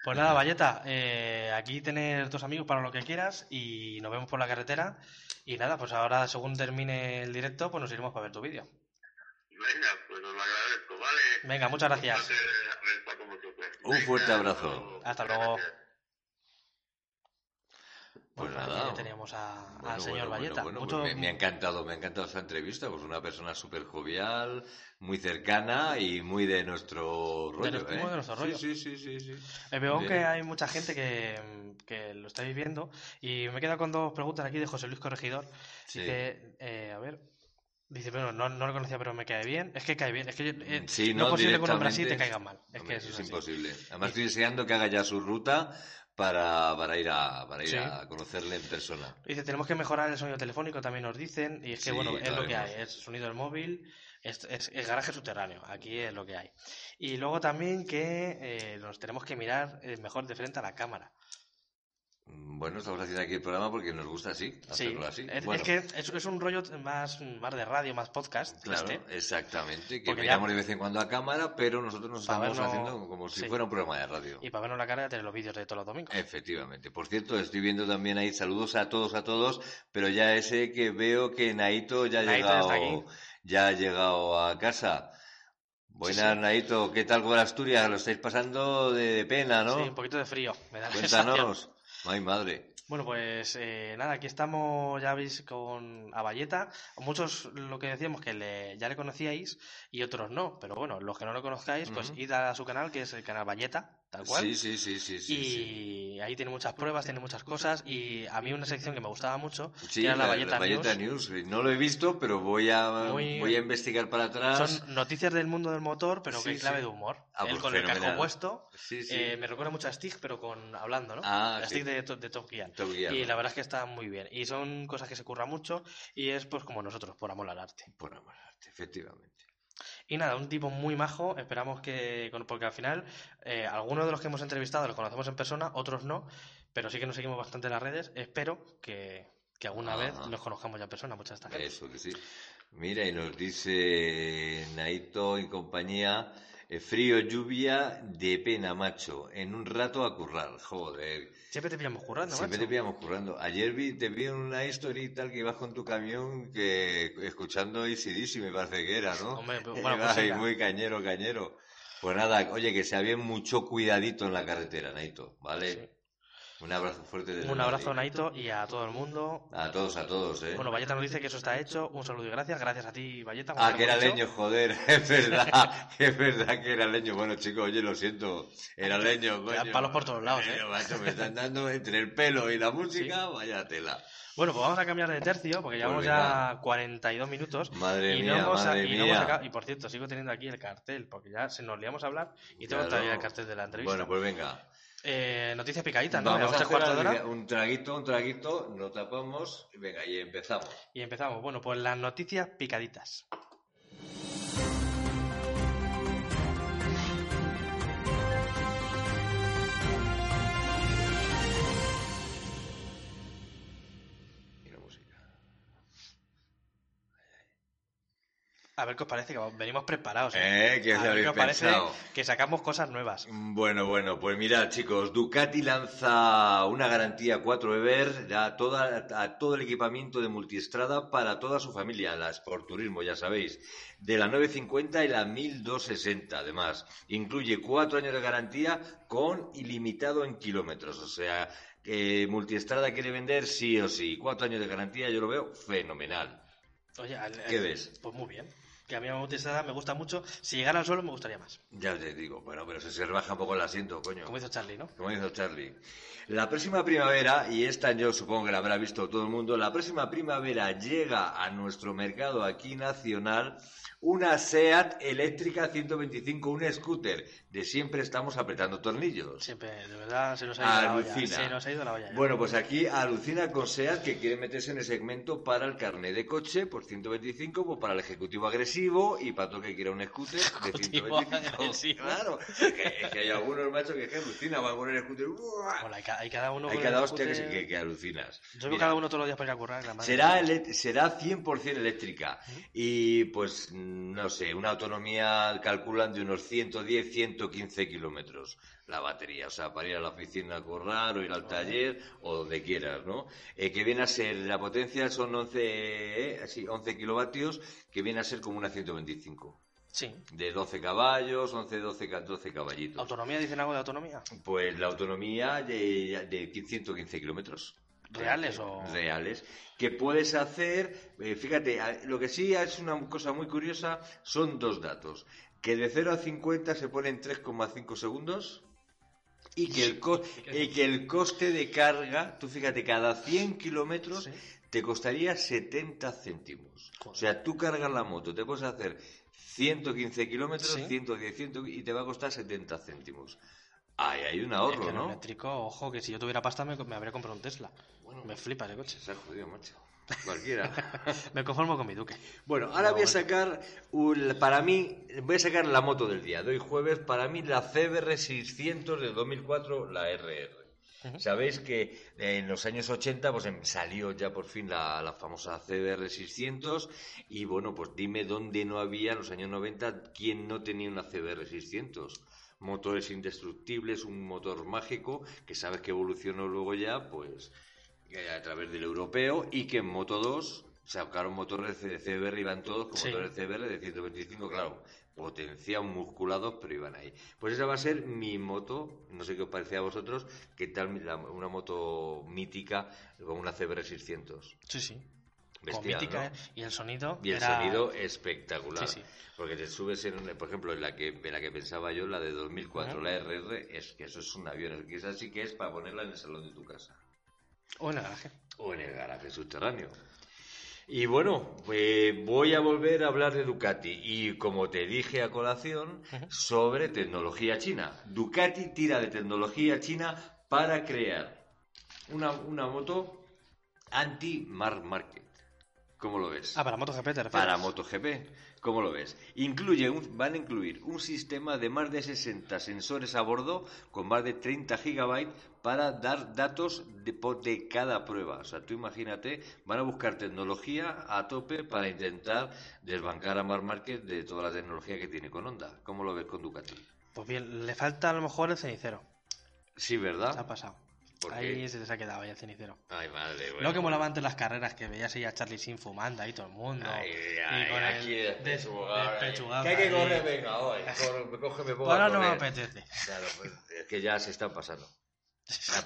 [SPEAKER 1] Pues nada, Valleta, eh, aquí tener tus amigos para lo que quieras y nos vemos por la carretera. Y nada, pues ahora según termine el directo, pues nos iremos para ver tu vídeo.
[SPEAKER 3] Venga, pues os lo agradezco, ¿vale?
[SPEAKER 1] Venga, muchas gracias.
[SPEAKER 3] Un placer haber estado con vosotros.
[SPEAKER 2] Un fuerte
[SPEAKER 3] Venga,
[SPEAKER 2] abrazo.
[SPEAKER 1] Hasta luego.
[SPEAKER 3] Gracias.
[SPEAKER 2] Pues
[SPEAKER 1] Bueno,
[SPEAKER 2] nada.
[SPEAKER 1] aquí ya teníamos a- al
[SPEAKER 2] Bueno,
[SPEAKER 1] señor
[SPEAKER 2] bueno,
[SPEAKER 1] Valleta.
[SPEAKER 2] bueno, bueno,
[SPEAKER 1] Mucho-
[SPEAKER 2] pues me, me ha encantado, me ha encantado esta entrevista, pues una persona súper jovial, muy cercana y muy de nuestro rollo,
[SPEAKER 1] nuestro-
[SPEAKER 2] ¿eh?
[SPEAKER 1] muy de nuestro
[SPEAKER 2] Sí,
[SPEAKER 1] rollo.
[SPEAKER 2] Sí, sí, sí, sí.
[SPEAKER 1] Eh, veo
[SPEAKER 2] Bien.
[SPEAKER 1] que hay mucha gente que, que lo está viviendo y me he quedado con dos preguntas aquí de José Luis Corregidor.
[SPEAKER 2] Sí.
[SPEAKER 1] Dice, eh, a ver, dice, bueno, no, no lo conocía, pero me cae bien. Es que cae bien, es que eh,
[SPEAKER 2] Mm, Sí,
[SPEAKER 1] no es
[SPEAKER 2] no,
[SPEAKER 1] posible que un hombre así te
[SPEAKER 2] directamente.
[SPEAKER 1] caigan mal. Es
[SPEAKER 2] Hombre,
[SPEAKER 1] que eso es así.
[SPEAKER 2] imposible. Además estoy deseando que haga ya su ruta para, para ir, a, para ir
[SPEAKER 1] Sí.
[SPEAKER 2] a conocerle en persona.
[SPEAKER 1] Dice, tenemos que mejorar el sonido telefónico, también nos dicen. Y es que,
[SPEAKER 2] Sí,
[SPEAKER 1] bueno, es lo que
[SPEAKER 2] claro.
[SPEAKER 1] hay. Es sonido del móvil, es, es- es garaje subterráneo. Aquí es lo que hay. Y luego también que eh, nos tenemos que mirar eh, mejor de frente a la cámara.
[SPEAKER 2] Mm, Bueno, estamos haciendo aquí el programa porque nos gusta así,
[SPEAKER 1] Sí,
[SPEAKER 2] hacerlo así.
[SPEAKER 1] es,
[SPEAKER 2] Bueno,
[SPEAKER 1] es que es, es un rollo más, más de radio, más podcast.
[SPEAKER 2] Claro,
[SPEAKER 1] este,
[SPEAKER 2] exactamente, que
[SPEAKER 1] Porque ya-
[SPEAKER 2] miramos de vez en cuando a cámara, pero nosotros nos
[SPEAKER 1] Para
[SPEAKER 2] estamos
[SPEAKER 1] vernos-
[SPEAKER 2] haciendo como si
[SPEAKER 1] sí.
[SPEAKER 2] fuera un programa de radio.
[SPEAKER 1] y para vernos la cara ya tener los vídeos de todos los domingos.
[SPEAKER 2] Eh, Efectivamente. Por cierto, estoy viendo también ahí saludos a todos, a todos, pero ya ese que veo que Naito ya ha
[SPEAKER 1] Naito ya
[SPEAKER 2] llegado,
[SPEAKER 1] está aquí.
[SPEAKER 2] ya ha llegado a casa. Buenas,
[SPEAKER 1] sí.
[SPEAKER 2] Naito, ¿qué tal con Asturias? Lo estáis pasando de, de pena, ¿no?
[SPEAKER 1] Sí, pues, un poquito de frío. Me da la sensación.
[SPEAKER 2] Cuéntanos. Ay, madre.
[SPEAKER 1] Bueno, pues eh, nada, aquí estamos, ya veis, con Avalleta. Muchos lo que decíamos que le- ya le conocíais y otros no, pero bueno, los que no lo conozcáis, pues
[SPEAKER 2] Ujú.
[SPEAKER 1] id a su canal, que es el canal Valleta, tal cual.
[SPEAKER 2] Sí, sí, sí, sí, sí.
[SPEAKER 1] y
[SPEAKER 2] sí.
[SPEAKER 1] ahí tiene muchas pruebas, tiene muchas cosas. Y a mí una sección que me gustaba mucho,
[SPEAKER 2] Sí,
[SPEAKER 1] que era la,
[SPEAKER 2] la- la
[SPEAKER 1] Valleta
[SPEAKER 2] Valleta
[SPEAKER 1] News.
[SPEAKER 2] News. No lo he visto, pero voy a,
[SPEAKER 1] Muy-
[SPEAKER 2] voy a investigar para atrás.
[SPEAKER 1] Son noticias del mundo del motor, pero
[SPEAKER 2] Sí,
[SPEAKER 1] que en clave
[SPEAKER 2] sí.
[SPEAKER 1] de humor.
[SPEAKER 2] Ah,
[SPEAKER 1] Él
[SPEAKER 2] pues
[SPEAKER 1] con el casco
[SPEAKER 2] fenomenal.
[SPEAKER 1] puesto,
[SPEAKER 2] Sí, sí.
[SPEAKER 1] eh, me recuerda mucho a Stig, pero con hablando, ¿no?
[SPEAKER 2] Ah,
[SPEAKER 1] a
[SPEAKER 2] sí.
[SPEAKER 1] Stig de, Top- de Top Gear.
[SPEAKER 2] Top Gear,
[SPEAKER 1] Y
[SPEAKER 2] ¿no?
[SPEAKER 1] la verdad es que está muy bien. Y son cosas que se curra mucho y es pues como nosotros, por amor al arte.
[SPEAKER 2] Por amor al arte, efectivamente.
[SPEAKER 1] Y nada, un tipo muy majo, esperamos que, con- porque al final eh, algunos de los que hemos entrevistado los conocemos en persona, otros no, pero sí que nos seguimos bastante en las redes, espero que, que alguna
[SPEAKER 2] Ajá.
[SPEAKER 1] vez los conozcamos ya en persona, mucha de esta gente.
[SPEAKER 2] Eso que sí. Mira, y nos dice Naito y compañía, eh, frío, lluvia, de pena, macho. En un rato a currar, joder.
[SPEAKER 1] Siempre te pillamos currando,
[SPEAKER 2] Siempre te
[SPEAKER 1] macho.
[SPEAKER 2] pillamos currando. Ayer vi, te vi en una historia y tal que ibas con tu camión que escuchando ACDC me parece que era, ¿no?
[SPEAKER 1] Hombre, pero
[SPEAKER 2] Eh,
[SPEAKER 1] bueno,
[SPEAKER 2] ibas
[SPEAKER 1] pues
[SPEAKER 2] ahí
[SPEAKER 1] era.
[SPEAKER 2] muy cañero, cañero. Pues nada, oye, que sea bien mucho cuidadito en la carretera, Naito, ¿vale? Un abrazo fuerte desde
[SPEAKER 1] Un abrazo,
[SPEAKER 2] Madrid.
[SPEAKER 1] Naito, y a todo el mundo.
[SPEAKER 2] A todos, a todos, ¿eh?
[SPEAKER 1] Bueno, Valleta nos dice que eso está hecho. Un saludo y gracias. Gracias a ti, Valleta. como
[SPEAKER 2] Ah,
[SPEAKER 1] te
[SPEAKER 2] que era
[SPEAKER 1] hemos dicho.
[SPEAKER 2] leño, joder, es verdad, es verdad que era leño. Bueno, chicos, oye, lo siento, era leño,
[SPEAKER 1] Te dan
[SPEAKER 2] coño.
[SPEAKER 1] palos por todos lados,
[SPEAKER 2] Leño,
[SPEAKER 1] ¿eh?
[SPEAKER 2] macho, me están dando entre el pelo y la música, vaya tela.
[SPEAKER 1] Bueno, pues vamos a cambiar de tercio porque llevamos
[SPEAKER 2] Pues
[SPEAKER 1] ya 42 minutos.
[SPEAKER 2] Madre
[SPEAKER 1] y no
[SPEAKER 2] mía,
[SPEAKER 1] hemos,
[SPEAKER 2] madre
[SPEAKER 1] y no hemos
[SPEAKER 2] mía.
[SPEAKER 1] acabado- y por cierto, sigo teniendo aquí el cartel porque ya se nos liamos a hablar y tengo
[SPEAKER 2] Claro.
[SPEAKER 1] todavía el cartel de la entrevista.
[SPEAKER 2] Bueno, pues venga.
[SPEAKER 1] Eh, noticias picaditas, ¿no?
[SPEAKER 2] Vamos
[SPEAKER 1] Llevamos
[SPEAKER 2] a
[SPEAKER 1] tres cuartos de
[SPEAKER 2] hacer
[SPEAKER 1] hora
[SPEAKER 2] un traguito, un traguito, no tapamos, y venga, y empezamos.
[SPEAKER 1] y empezamos. Bueno, pues las noticias picaditas.
[SPEAKER 2] Y la música.
[SPEAKER 1] A ver qué os parece, que venimos preparados.
[SPEAKER 2] Eh, que
[SPEAKER 1] a
[SPEAKER 2] os
[SPEAKER 1] ver
[SPEAKER 2] habéis
[SPEAKER 1] qué os parece
[SPEAKER 2] pensado.
[SPEAKER 1] que sacamos cosas nuevas.
[SPEAKER 2] Bueno, bueno, pues mirad, chicos, Ducati lanza una garantía E 4 Ever a, toda, a todo el equipamiento de multiestrada para toda su familia, las por turismo, ya sabéis, de la 950 y la 1260, además. Incluye 4 años de garantía con ilimitado en kilómetros, o sea, que multiestrada quiere vender sí o sí. 4 años de garantía, yo lo veo fenomenal.
[SPEAKER 1] Oye, al-
[SPEAKER 2] ¿Qué ves?
[SPEAKER 1] pues muy bien. que a mí bautizada me gusta mucho. Si llegara al suelo, me gustaría más.
[SPEAKER 2] Ya te digo, bueno, pero se, se rebaja un poco el asiento, coño.
[SPEAKER 1] Como hizo Charlie, ¿no?
[SPEAKER 2] Como hizo Charlie. La próxima primavera, y esta yo supongo que la habrá visto todo el mundo, la próxima primavera llega a nuestro mercado aquí nacional una SEAT eléctrica 125, un scooter. De siempre estamos apretando tornillos.
[SPEAKER 1] Siempre, de verdad, se nos ha ido la olla.
[SPEAKER 2] Alucina.
[SPEAKER 1] Se nos ha ido la olla. ya.
[SPEAKER 2] Bueno, pues aquí alucina con SEAT que quiere meterse en el segmento para el carnet de coche por 125, pues para el ejecutivo agresivo y para todo el que quiera un scooter de
[SPEAKER 1] Ejecutivo
[SPEAKER 2] 125.
[SPEAKER 1] agresivo.
[SPEAKER 2] Claro, es que, es que hay algunos machos que, es que alucinan, van con el scooter. ¡buah!
[SPEAKER 1] Bueno, hay, ca- hay cada uno.
[SPEAKER 2] Hay
[SPEAKER 1] con
[SPEAKER 2] cada
[SPEAKER 1] el
[SPEAKER 2] hostia que, sí,
[SPEAKER 1] scooter.
[SPEAKER 2] que- que alucinas.
[SPEAKER 1] Yo veo
[SPEAKER 2] Mira,
[SPEAKER 1] cada uno todos los días para ir a currar. la madre.
[SPEAKER 2] Será, ele- será 100% eléctrica y pues mm, no sé, una autonomía calculan de unos 110, 115 kilómetros la batería, o sea, para ir a la oficina a correr o ir al taller o donde quieras, ¿no? Eh, que viene a ser, la potencia son 11, eh, sí, 11 kilovatios, que viene a ser como una 125,
[SPEAKER 1] Sí.
[SPEAKER 2] de 12 caballos, 11, 12, ca- 12 caballitos.
[SPEAKER 1] ¿Autonomía? ¿Dicen algo de autonomía?
[SPEAKER 2] Pues la autonomía de, de 15 115 kilómetros.
[SPEAKER 1] ¿Reales o...?
[SPEAKER 2] Reales. Que puedes hacer, eh, fíjate, a- lo que sí es una cosa muy curiosa son dos datos. Que de 0 a 50 se pone en 3,5 segundos y que, el co- y que el coste de carga, tú fíjate, cada 100 kilómetros
[SPEAKER 1] Sí.
[SPEAKER 2] te costaría 70 céntimos. O sea, tú cargas la moto, te puedes hacer 115 kilómetros,
[SPEAKER 1] Sí.
[SPEAKER 2] 110, 100 y te va a costar 70 céntimos. Ahí hay un ahorro,
[SPEAKER 1] Es que lo
[SPEAKER 2] ¿no?
[SPEAKER 1] eléctrico, ojo, que si yo tuviera pasta me, me habría comprado un Tesla. Me flipa ese coche.
[SPEAKER 2] Se ha jodido, macho. Cualquiera.
[SPEAKER 1] Me conformo con mi Duque.
[SPEAKER 2] Bueno, ahora voy a
[SPEAKER 1] bueno.
[SPEAKER 2] sacar un- para mí voy a sacar la moto del día de hoy jueves, para mí la CBR 600 de 2004, la RR. Sabéis que eh, en los años 80 pues em- salió ya por fin la, la famosa CBR 600 y bueno, pues dime dónde no había en los años 90 quién no tenía una CBR 600. Motores indestructibles, un motor mágico que sabes que evolucionó luego ya pues eh, a través del europeo y que en Moto 2 sacaron motores de CBR, iban todos con
[SPEAKER 1] Sí.
[SPEAKER 2] motores CBR de 125, claro, potenciados, musculados, pero iban ahí. Pues esa va a ser mi moto, no sé qué os parece a vosotros, que tal la- una moto mítica con una CBR 600.
[SPEAKER 1] Sí, sí. Con
[SPEAKER 2] Bestial,
[SPEAKER 1] mítica,
[SPEAKER 2] ¿no?
[SPEAKER 1] ¿eh? Y el sonido
[SPEAKER 2] Y el
[SPEAKER 1] era-
[SPEAKER 2] sonido espectacular.
[SPEAKER 1] Sí, sí.
[SPEAKER 2] Porque te subes en, una- por ejemplo, en la que en la que pensaba yo, la de 2004,
[SPEAKER 1] Ajá.
[SPEAKER 2] la RR, es que eso es un avión, es que esa sí que es para ponerla en el salón de tu casa.
[SPEAKER 1] O en el garaje.
[SPEAKER 2] o en el garaje subterráneo. Y bueno, eh, voy a volver a hablar de Ducati y como te dije a colación, sobre tecnología china. Ducati tira de tecnología china para crear una, una moto anti-mar market. ¿Cómo lo ves?
[SPEAKER 1] Ah, para MotoGP te refieres.
[SPEAKER 2] Para MotoGP, ¿cómo lo ves? Incluye un- van a incluir un sistema de más de 60 sensores a bordo con más de 30 gigabytes para dar datos de, po- de cada prueba. O sea, tú imagínate, van a buscar tecnología a tope para intentar desbancar a Mar Márquez de toda la tecnología que tiene con Honda. ¿Cómo lo ves con Ducati?
[SPEAKER 1] Pues bien, le falta a lo mejor el cenicero. Se
[SPEAKER 2] Sí,
[SPEAKER 1] ha
[SPEAKER 2] ¿verdad?
[SPEAKER 1] pasado.
[SPEAKER 2] Ah. ¿Por
[SPEAKER 1] Ahí
[SPEAKER 2] qué?
[SPEAKER 1] se les ha quedado ahí el cenicero.
[SPEAKER 2] Ay, madre.
[SPEAKER 1] lo que
[SPEAKER 2] bueno.
[SPEAKER 1] molaba antes las carreras, que veías ahí a Charlie Sin fumando ahí todo el mundo.
[SPEAKER 2] Ay,
[SPEAKER 1] y
[SPEAKER 2] ay,
[SPEAKER 1] con
[SPEAKER 2] aquí
[SPEAKER 1] el
[SPEAKER 2] despechugado, ay.
[SPEAKER 1] despechugado
[SPEAKER 2] Que hay que
[SPEAKER 1] ahí. Pues
[SPEAKER 2] correr, venga, hoy. corre, cógeme, pongo a
[SPEAKER 1] Ahora no me
[SPEAKER 2] correr.
[SPEAKER 1] apetece.
[SPEAKER 2] Claro, pues, es que ya se está pasando. Ha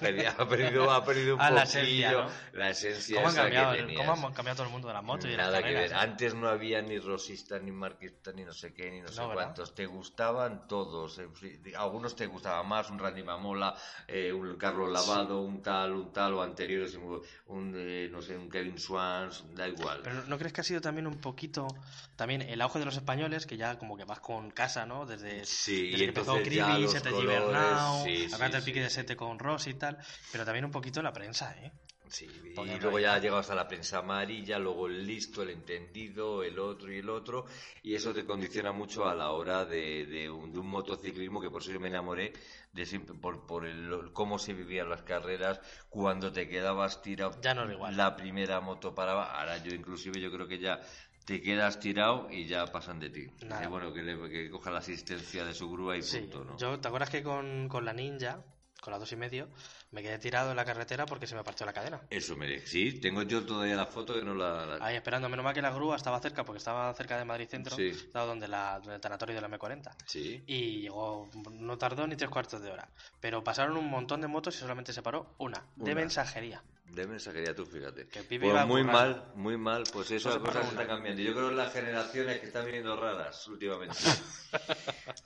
[SPEAKER 2] perdi- ha perdido, ha perdido, un
[SPEAKER 1] Ah, la
[SPEAKER 2] poquillo
[SPEAKER 1] esencia, ¿no?
[SPEAKER 2] la esencia
[SPEAKER 1] ¿Cómo han,
[SPEAKER 2] esa que
[SPEAKER 1] cambiado, el-
[SPEAKER 2] tenías.
[SPEAKER 1] ¿Cómo han cambiado todo el mundo de las motos y de las
[SPEAKER 2] Nada que
[SPEAKER 1] carreras? eh?
[SPEAKER 2] ver. Antes no había ni rosista, ni marquista, ni no sé qué, ni no, sé
[SPEAKER 1] No, ¿verdad?
[SPEAKER 2] cuántos. Te gustaban todos. eh, sí, Algunos te gustaban más, un Randy Mamola, eh, un Carlos Lavado, un tal, un tal, o anteriores, un, un, eh, no sé, un Kevin Swans, da igual.
[SPEAKER 1] Pero ¿no crees que ha sido también un poquito también el auge de los españoles, que ya como que vas con casa, ¿no? Desde,
[SPEAKER 2] Sí,
[SPEAKER 1] desde
[SPEAKER 2] y
[SPEAKER 1] que empezó
[SPEAKER 2] entonces ya
[SPEAKER 1] Cribi,
[SPEAKER 2] los
[SPEAKER 1] Sete
[SPEAKER 2] colores,
[SPEAKER 1] Gibernau,
[SPEAKER 2] sí, sí,
[SPEAKER 1] aparte el
[SPEAKER 2] sí.
[SPEAKER 1] pique de Sete con Ross y tal, pero también un poquito la prensa, ¿eh?
[SPEAKER 2] Sí,
[SPEAKER 1] Porque
[SPEAKER 2] y
[SPEAKER 1] no
[SPEAKER 2] luego
[SPEAKER 1] hay-
[SPEAKER 2] ya ha llegado hasta la prensa amarilla, luego el listo, el entendido, el otro y el otro, y eso te condiciona mucho a la hora de, de un, de un motociclismo, que por eso yo me enamoré de siempre, por, por el, cómo se vivían las carreras, cuando te quedabas tirado
[SPEAKER 1] Ya no era igual.
[SPEAKER 2] la primera moto paraba, ahora yo inclusive yo creo que ya te quedas tirado y ya pasan de ti.
[SPEAKER 1] Nada.
[SPEAKER 2] Dice, bueno, que, le- que coja la asistencia de su grúa y
[SPEAKER 1] Sí,
[SPEAKER 2] punto, ¿no?
[SPEAKER 1] yo, ¿te acuerdas que con, con la ninja, con la dos y medio, me quedé tirado en la carretera porque se me partió la cadena?
[SPEAKER 2] Eso me de- sí, tengo yo todavía la foto que no la... la-
[SPEAKER 1] Ahí esperando, menos mal que la grúa estaba cerca, porque estaba cerca de Madrid Centro,
[SPEAKER 2] Sí.
[SPEAKER 1] estaba donde, la, donde el tanatorio de la M40.
[SPEAKER 2] Sí.
[SPEAKER 1] Y llegó, no tardó ni tres cuartos de hora. Pero pasaron un montón de motos y solamente se paró una, de
[SPEAKER 2] Una.
[SPEAKER 1] mensajería.
[SPEAKER 2] De mensajería tú, fíjate.
[SPEAKER 1] Que el pibe
[SPEAKER 2] Pues
[SPEAKER 1] iba
[SPEAKER 2] muy
[SPEAKER 1] currando.
[SPEAKER 2] mal, muy mal, pues
[SPEAKER 1] No se
[SPEAKER 2] esas cosas
[SPEAKER 1] para
[SPEAKER 2] están
[SPEAKER 1] una.
[SPEAKER 2] cambiando. Yo creo que las generaciones que están viniendo raras últimamente.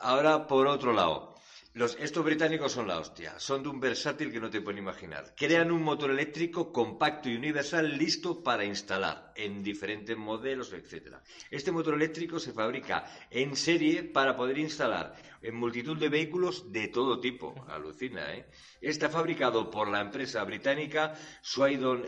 [SPEAKER 2] Ahora, por otro lado, los, estos británicos son la hostia. Son de un versátil que no te pueden imaginar. Crean un motor eléctrico compacto y universal listo para instalar en diferentes modelos, etcétera. Este motor eléctrico se fabrica en serie para poder instalar en multitud de vehículos de todo tipo. Alucina, ¿eh? Está fabricado por la empresa británica Swidon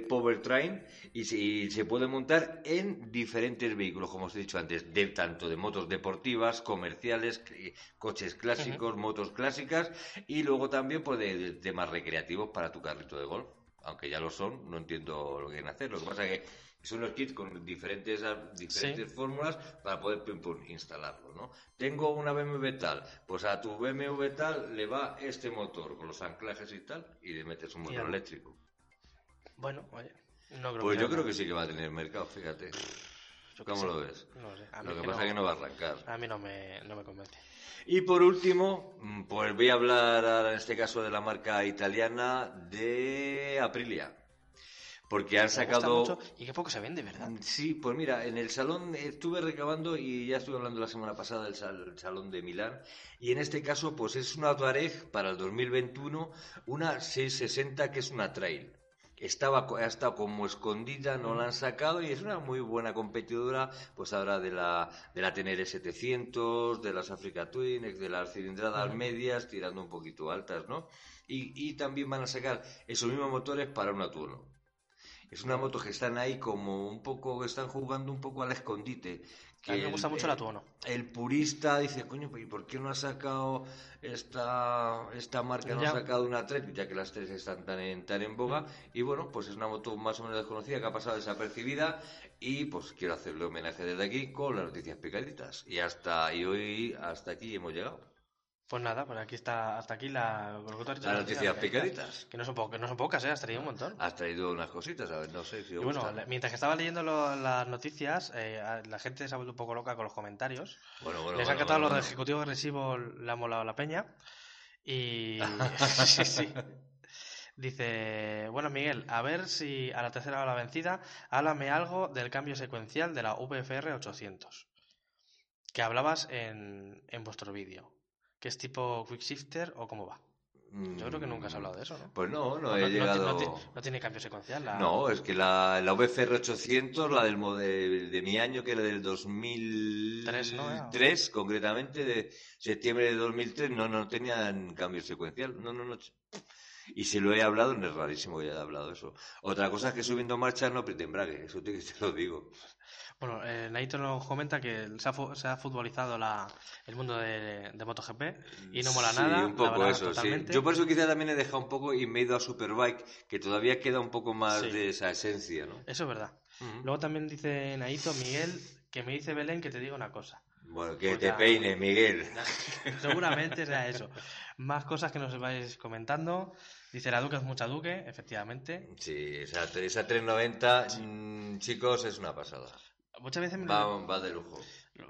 [SPEAKER 2] Powertrain y se, y se puede montar en diferentes vehículos, como os he dicho antes, de, tanto de motos deportivas, comerciales, cl- eh, coches clásicos, motos clásicas y luego también pues, de, de temas recreativos para tu carrito de golf. Aunque ya lo son, no entiendo lo que quieren hacer. Lo que pasa es que son los kits con diferentes, ar- diferentes fórmulas para poder pum, pum, instalarlo. ¿no? Tengo una BMW tal, pues a tu BMW tal le va este motor con los anclajes y tal y le metes un
[SPEAKER 1] Y
[SPEAKER 2] motor
[SPEAKER 1] algo.
[SPEAKER 2] eléctrico.
[SPEAKER 1] Bueno, oye, no creo
[SPEAKER 2] Pues
[SPEAKER 1] que sea
[SPEAKER 2] yo creo
[SPEAKER 1] nada.
[SPEAKER 2] que sí que va a tener mercado, fíjate.
[SPEAKER 1] Yo qué
[SPEAKER 2] ¿Cómo
[SPEAKER 1] sé.
[SPEAKER 2] lo ves?
[SPEAKER 1] No lo sé. A mí
[SPEAKER 2] Lo que
[SPEAKER 1] que
[SPEAKER 2] pasa es que no va a arrancar.
[SPEAKER 1] A mí no me, no me convence.
[SPEAKER 2] Y por último, mm, pues voy a hablar ahora en este caso de la marca italiana de Aprilia. Porque han
[SPEAKER 1] Me gusta
[SPEAKER 2] sacado...
[SPEAKER 1] mucho y qué poco se vende, ¿verdad?
[SPEAKER 2] Sí, pues mira, en el salón estuve recabando y ya estuve hablando la semana pasada del sal- salón de Milán y en este caso pues es una Touareg para el 2021, una 660 que es una trail. Estaba co- ha estado como escondida, no la han sacado y es una muy buena competidora, pues ahora de la de la Tenere 700, de las Africa Twin, de las cilindradas medias tirando un poquito altas, ¿no? Y, y también van a sacar esos mismos motores para una Tuono. Es una moto que están ahí como un poco, están jugando un poco al escondite.
[SPEAKER 1] A mí me
[SPEAKER 2] el-
[SPEAKER 1] gusta mucho
[SPEAKER 2] el-
[SPEAKER 1] la Tuono.
[SPEAKER 2] El purista dice, coño, pues, ¿y por qué no ha sacado esta, esta marca, no
[SPEAKER 1] Ya. Mm.
[SPEAKER 2] ha sacado una tres, ya que las tres están tan en, tan en boga? Y bueno, pues es una moto más o menos desconocida que ha pasado desapercibida y pues quiero hacerle homenaje desde aquí con las noticias picaditas. Y hasta y hoy, hasta aquí hemos llegado.
[SPEAKER 1] Pues nada, pues aquí está, hasta aquí la, lo que tú has dicho,
[SPEAKER 2] Las
[SPEAKER 1] las
[SPEAKER 2] noticias picaditas.
[SPEAKER 1] Que no son, po- que no son pocas, ¿eh? Has traído un montón.
[SPEAKER 2] Has traído unas cositas, a ver, no sé si
[SPEAKER 1] Y
[SPEAKER 2] os
[SPEAKER 1] bueno,
[SPEAKER 2] gustan.
[SPEAKER 1] la- mientras que estaba leyendo lo- las noticias, eh, a- la gente se ha vuelto un poco loca con los comentarios.
[SPEAKER 2] Bueno, bueno,
[SPEAKER 1] Les ha
[SPEAKER 2] bueno,
[SPEAKER 1] encantado
[SPEAKER 2] bueno,
[SPEAKER 1] lo de
[SPEAKER 2] bueno.
[SPEAKER 1] ejecutivo agresivo, le ha molado la peña. Y. sí, sí. Dice, bueno Miguel, a ver si a la tercera hora vencida, háblame algo del cambio secuencial de la VFR 800, que hablabas en, en vuestro vídeo, que es tipo quick shifter o cómo va. Yo creo que nunca has
[SPEAKER 2] Mm,
[SPEAKER 1] hablado de eso, ¿no?
[SPEAKER 2] Pues no, no
[SPEAKER 1] No,
[SPEAKER 2] he
[SPEAKER 1] no- no ti- no
[SPEAKER 2] llegado.
[SPEAKER 1] ti- no tiene cambio secuencial la...
[SPEAKER 2] No, es que la, la VFR 800, la del, mo- de, de mi año, que era del
[SPEAKER 1] Tres, ¿no?
[SPEAKER 2] 2003, concretamente, de septiembre de 2003, no, no tenían cambio secuencial. No, no, no. Y si lo he hablado, no es rarísimo que haya hablado eso. Otra cosa es que subiendo marcha no apriete embrague, eso te, te lo digo.
[SPEAKER 1] Bueno, eh, Naito nos comenta que se ha, fu- se ha futbolizado la, el mundo de, de MotoGP y no mola
[SPEAKER 2] Sí,
[SPEAKER 1] nada.
[SPEAKER 2] un
[SPEAKER 1] la
[SPEAKER 2] poco
[SPEAKER 1] verdad,
[SPEAKER 2] eso, sí.
[SPEAKER 1] totalmente.
[SPEAKER 2] Yo por eso quizá también he dejado un poco y me he ido a Superbike, que todavía queda un poco más
[SPEAKER 1] Sí.
[SPEAKER 2] de esa esencia, ¿no?
[SPEAKER 1] Eso es verdad.
[SPEAKER 2] Ujú.
[SPEAKER 1] Luego también dice Naito, Miguel, que me dice Belén que te diga una cosa.
[SPEAKER 2] Bueno, que
[SPEAKER 1] Pues
[SPEAKER 2] te
[SPEAKER 1] ya-
[SPEAKER 2] peines, Miguel.
[SPEAKER 1] Seguramente sea eso. Más cosas que nos vais comentando. Dice la Duque es mucha Duque, efectivamente.
[SPEAKER 2] Sí, esa, esa 390, mm, chicos, es una pasada.
[SPEAKER 1] Muchas veces me lo-
[SPEAKER 2] Va, va de lujo.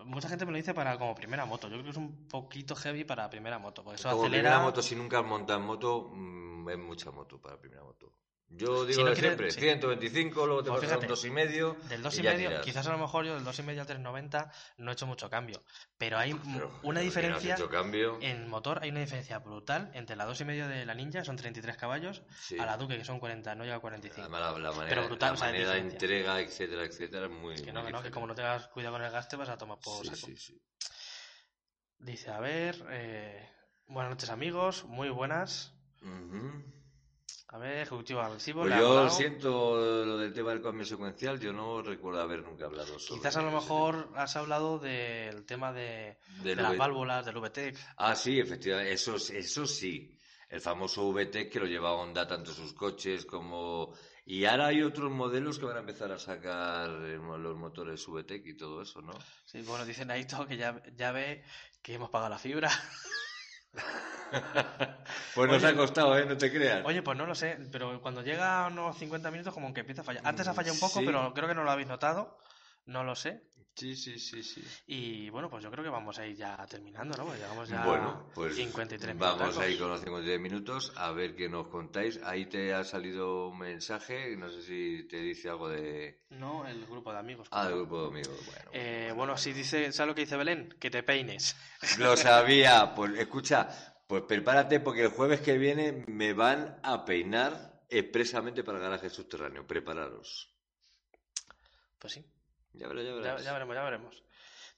[SPEAKER 1] mucha gente me lo dice para como primera moto. Yo creo que es un poquito heavy para primera moto. Porque eso
[SPEAKER 2] Como
[SPEAKER 1] acelera.
[SPEAKER 2] primera moto, si nunca has montado en moto, mm, es mucha moto para primera moto. Yo digo
[SPEAKER 1] no
[SPEAKER 2] de
[SPEAKER 1] quieres-
[SPEAKER 2] siempre,
[SPEAKER 1] sí.
[SPEAKER 2] 125, luego te
[SPEAKER 1] Pues
[SPEAKER 2] pasas a un
[SPEAKER 1] fíjate,
[SPEAKER 2] 2,5.
[SPEAKER 1] Del 2,5,
[SPEAKER 2] y
[SPEAKER 1] y
[SPEAKER 2] ya
[SPEAKER 1] medio,
[SPEAKER 2] tiras.
[SPEAKER 1] quizás a lo mejor yo del 2,5 al 390 no he hecho mucho cambio. Pero hay
[SPEAKER 2] Pero,
[SPEAKER 1] una
[SPEAKER 2] pero que no has
[SPEAKER 1] diferencia.
[SPEAKER 2] hecho cambio.
[SPEAKER 1] En motor hay una diferencia brutal entre la 2,5 de la Ninja, son 33 caballos,
[SPEAKER 2] Sí.
[SPEAKER 1] a la Duque, que son 40, no llega a 45.
[SPEAKER 2] Además, la, la manera,
[SPEAKER 1] Pero brutal,
[SPEAKER 2] la
[SPEAKER 1] o sea, hay
[SPEAKER 2] manera de
[SPEAKER 1] diferencia.
[SPEAKER 2] entrega, etcétera, etcétera, es muy.
[SPEAKER 1] Que no, que
[SPEAKER 2] muy
[SPEAKER 1] no, que
[SPEAKER 2] diferente.
[SPEAKER 1] como no tengas cuidado con el gas te vas a tomar por
[SPEAKER 2] Sí,
[SPEAKER 1] saco.
[SPEAKER 2] sí, sí.
[SPEAKER 1] Dice, a ver, eh, buenas noches amigos, muy buenas.
[SPEAKER 2] Ujú.
[SPEAKER 1] A ver, ejecutivo agresivo.
[SPEAKER 2] Pues
[SPEAKER 1] le ha
[SPEAKER 2] yo
[SPEAKER 1] molado.
[SPEAKER 2] siento lo del tema del cambio secuencial, yo no recuerdo haber nunca hablado sobre
[SPEAKER 1] Quizás a lo
[SPEAKER 2] ese
[SPEAKER 1] mejor has hablado del tema de,
[SPEAKER 2] tema.
[SPEAKER 1] de
[SPEAKER 2] Del
[SPEAKER 1] las
[SPEAKER 2] V-
[SPEAKER 1] válvulas, del VTEC.
[SPEAKER 2] Ah, sí, efectivamente, eso, es- eso sí. El famoso VT que lo lleva Honda tanto sus coches como... Y ahora hay otros modelos que van a empezar a sacar eh, mo- los motores VT y todo eso, ¿no?
[SPEAKER 1] Sí, bueno, dicen ahí todo que ya, ya ve que hemos pagado la fibra.
[SPEAKER 2] Pues nos
[SPEAKER 1] Oye.
[SPEAKER 2] ha costado, ¿eh? No te creas.
[SPEAKER 1] Oye, pues no lo sé, pero cuando llega a unos 50 minutos como que empieza a fallar. Antes ha
[SPEAKER 2] Mm,
[SPEAKER 1] fallado un poco,
[SPEAKER 2] sí.
[SPEAKER 1] pero creo que no lo habéis notado. No lo sé.
[SPEAKER 2] Sí, sí, sí, sí.
[SPEAKER 1] Y bueno, pues yo creo que vamos a ir ya terminando, ¿no? Pues llevamos ya
[SPEAKER 2] Bueno, pues
[SPEAKER 1] 53 minutos.
[SPEAKER 2] vamos ahí con los 53 minutos a ver qué nos contáis. Ahí te ha salido un mensaje, no sé si te dice algo de...
[SPEAKER 1] No, el grupo de amigos.
[SPEAKER 2] Ah, del grupo de amigos. Bueno,
[SPEAKER 1] Eh, bueno, si dice, ¿sabes lo que dice Belén? Que te peines.
[SPEAKER 2] Lo sabía, pues escucha, pues prepárate porque el jueves que viene me van a peinar expresamente para el garaje subterráneo. Prepararos.
[SPEAKER 1] Pues sí,
[SPEAKER 2] Ya verás, ya
[SPEAKER 1] ya,
[SPEAKER 2] verás.
[SPEAKER 1] ya veremos, ya veremos.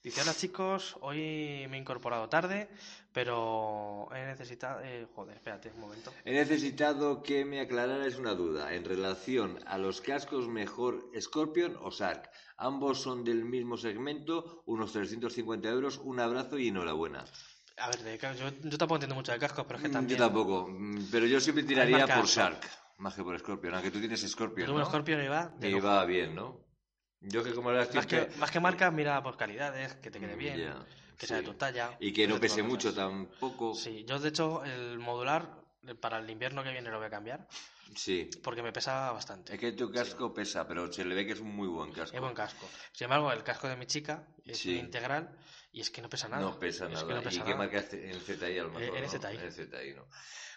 [SPEAKER 1] Dice, hola chicos, hoy me he incorporado tarde, pero he necesitado... eh, joder, espérate un momento.
[SPEAKER 2] He necesitado que me aclararais una duda en relación a los cascos mejor Scorpion o SARC. Ambos son del mismo segmento, unos 350 euros. Un abrazo y enhorabuena.
[SPEAKER 1] A ver, de ca- yo, yo tampoco entiendo mucho de cascos, pero es que
[SPEAKER 2] Mm,
[SPEAKER 1] también...
[SPEAKER 2] Yo tampoco, mm, pero yo siempre tiraría
[SPEAKER 1] marcas,
[SPEAKER 2] por
[SPEAKER 1] ¿no?
[SPEAKER 2] Shark, más que por Scorpion, aunque tú tienes
[SPEAKER 1] Yo
[SPEAKER 2] Scorpion,
[SPEAKER 1] tuve un
[SPEAKER 2] ¿no?
[SPEAKER 1] Scorpion y va... de
[SPEAKER 2] Y
[SPEAKER 1] lujo.
[SPEAKER 2] va bien, ¿no? Yo que como las
[SPEAKER 1] Más que, más que marcas, mira por calidades, que te quede bien,
[SPEAKER 2] Ya,
[SPEAKER 1] que
[SPEAKER 2] sí.
[SPEAKER 1] sea de tu talla.
[SPEAKER 2] Y que
[SPEAKER 1] ese tipo
[SPEAKER 2] no
[SPEAKER 1] de
[SPEAKER 2] pese mucho
[SPEAKER 1] cosas.
[SPEAKER 2] tampoco. Sí.
[SPEAKER 1] Sí, yo de hecho el modular eh, para el invierno que viene lo voy a cambiar, porque me pesaba bastante.
[SPEAKER 2] Es que tu casco pesa, pero se le ve que es un muy buen casco.
[SPEAKER 1] Es buen casco. Sin embargo, el casco de mi chica es
[SPEAKER 2] Sí.
[SPEAKER 1] integral y es que no pesa nada.
[SPEAKER 2] No pesa
[SPEAKER 1] Es
[SPEAKER 2] nada.
[SPEAKER 1] que no pesa
[SPEAKER 2] ¿Y qué
[SPEAKER 1] nada.
[SPEAKER 2] marca es en ZI al
[SPEAKER 1] Eh,
[SPEAKER 2] mejor?
[SPEAKER 1] en
[SPEAKER 2] no?
[SPEAKER 1] ZI.
[SPEAKER 2] En no.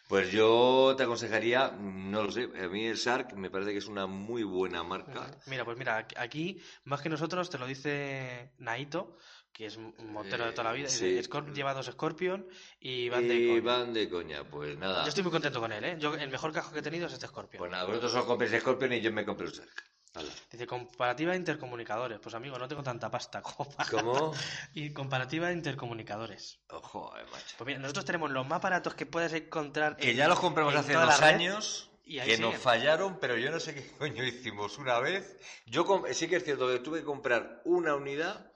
[SPEAKER 2] Pues yo te aconsejaría, no lo sé, a mí el Shark me parece que es una muy buena marca.
[SPEAKER 1] Ujú. Mira, pues mira, aquí- aquí más que nosotros te lo dice Naito, que es un montero de toda la vida.
[SPEAKER 2] Eh,
[SPEAKER 1] y dice,
[SPEAKER 2] sí.
[SPEAKER 1] "Scor- lleva dos Scorpion y van de
[SPEAKER 2] Y
[SPEAKER 1] coña".
[SPEAKER 2] van de coña, pues nada.
[SPEAKER 1] Yo estoy muy contento con él, ¿eh? Yo, el mejor casco que he tenido es este Scorpion.
[SPEAKER 2] Pues nada, vosotros os compréis Scorpion y yo me compro el Shark. Hala.
[SPEAKER 1] Dice, comparativa de intercomunicadores. Pues amigo, no tengo tanta pasta como para...
[SPEAKER 2] ¿Cómo?
[SPEAKER 1] Y comparativa de intercomunicadores.
[SPEAKER 2] Ojo, eh, macho.
[SPEAKER 1] Pues mira, nosotros tenemos los más baratos que puedes encontrar
[SPEAKER 2] Que
[SPEAKER 1] en-
[SPEAKER 2] ya los compramos
[SPEAKER 1] en
[SPEAKER 2] hace
[SPEAKER 1] toda la
[SPEAKER 2] dos
[SPEAKER 1] red.
[SPEAKER 2] años,
[SPEAKER 1] y
[SPEAKER 2] que
[SPEAKER 1] ahí
[SPEAKER 2] nos
[SPEAKER 1] siguen.
[SPEAKER 2] fallaron, pero yo no sé qué coño hicimos una vez. Yo com- sí que es cierto que tuve que comprar una unidad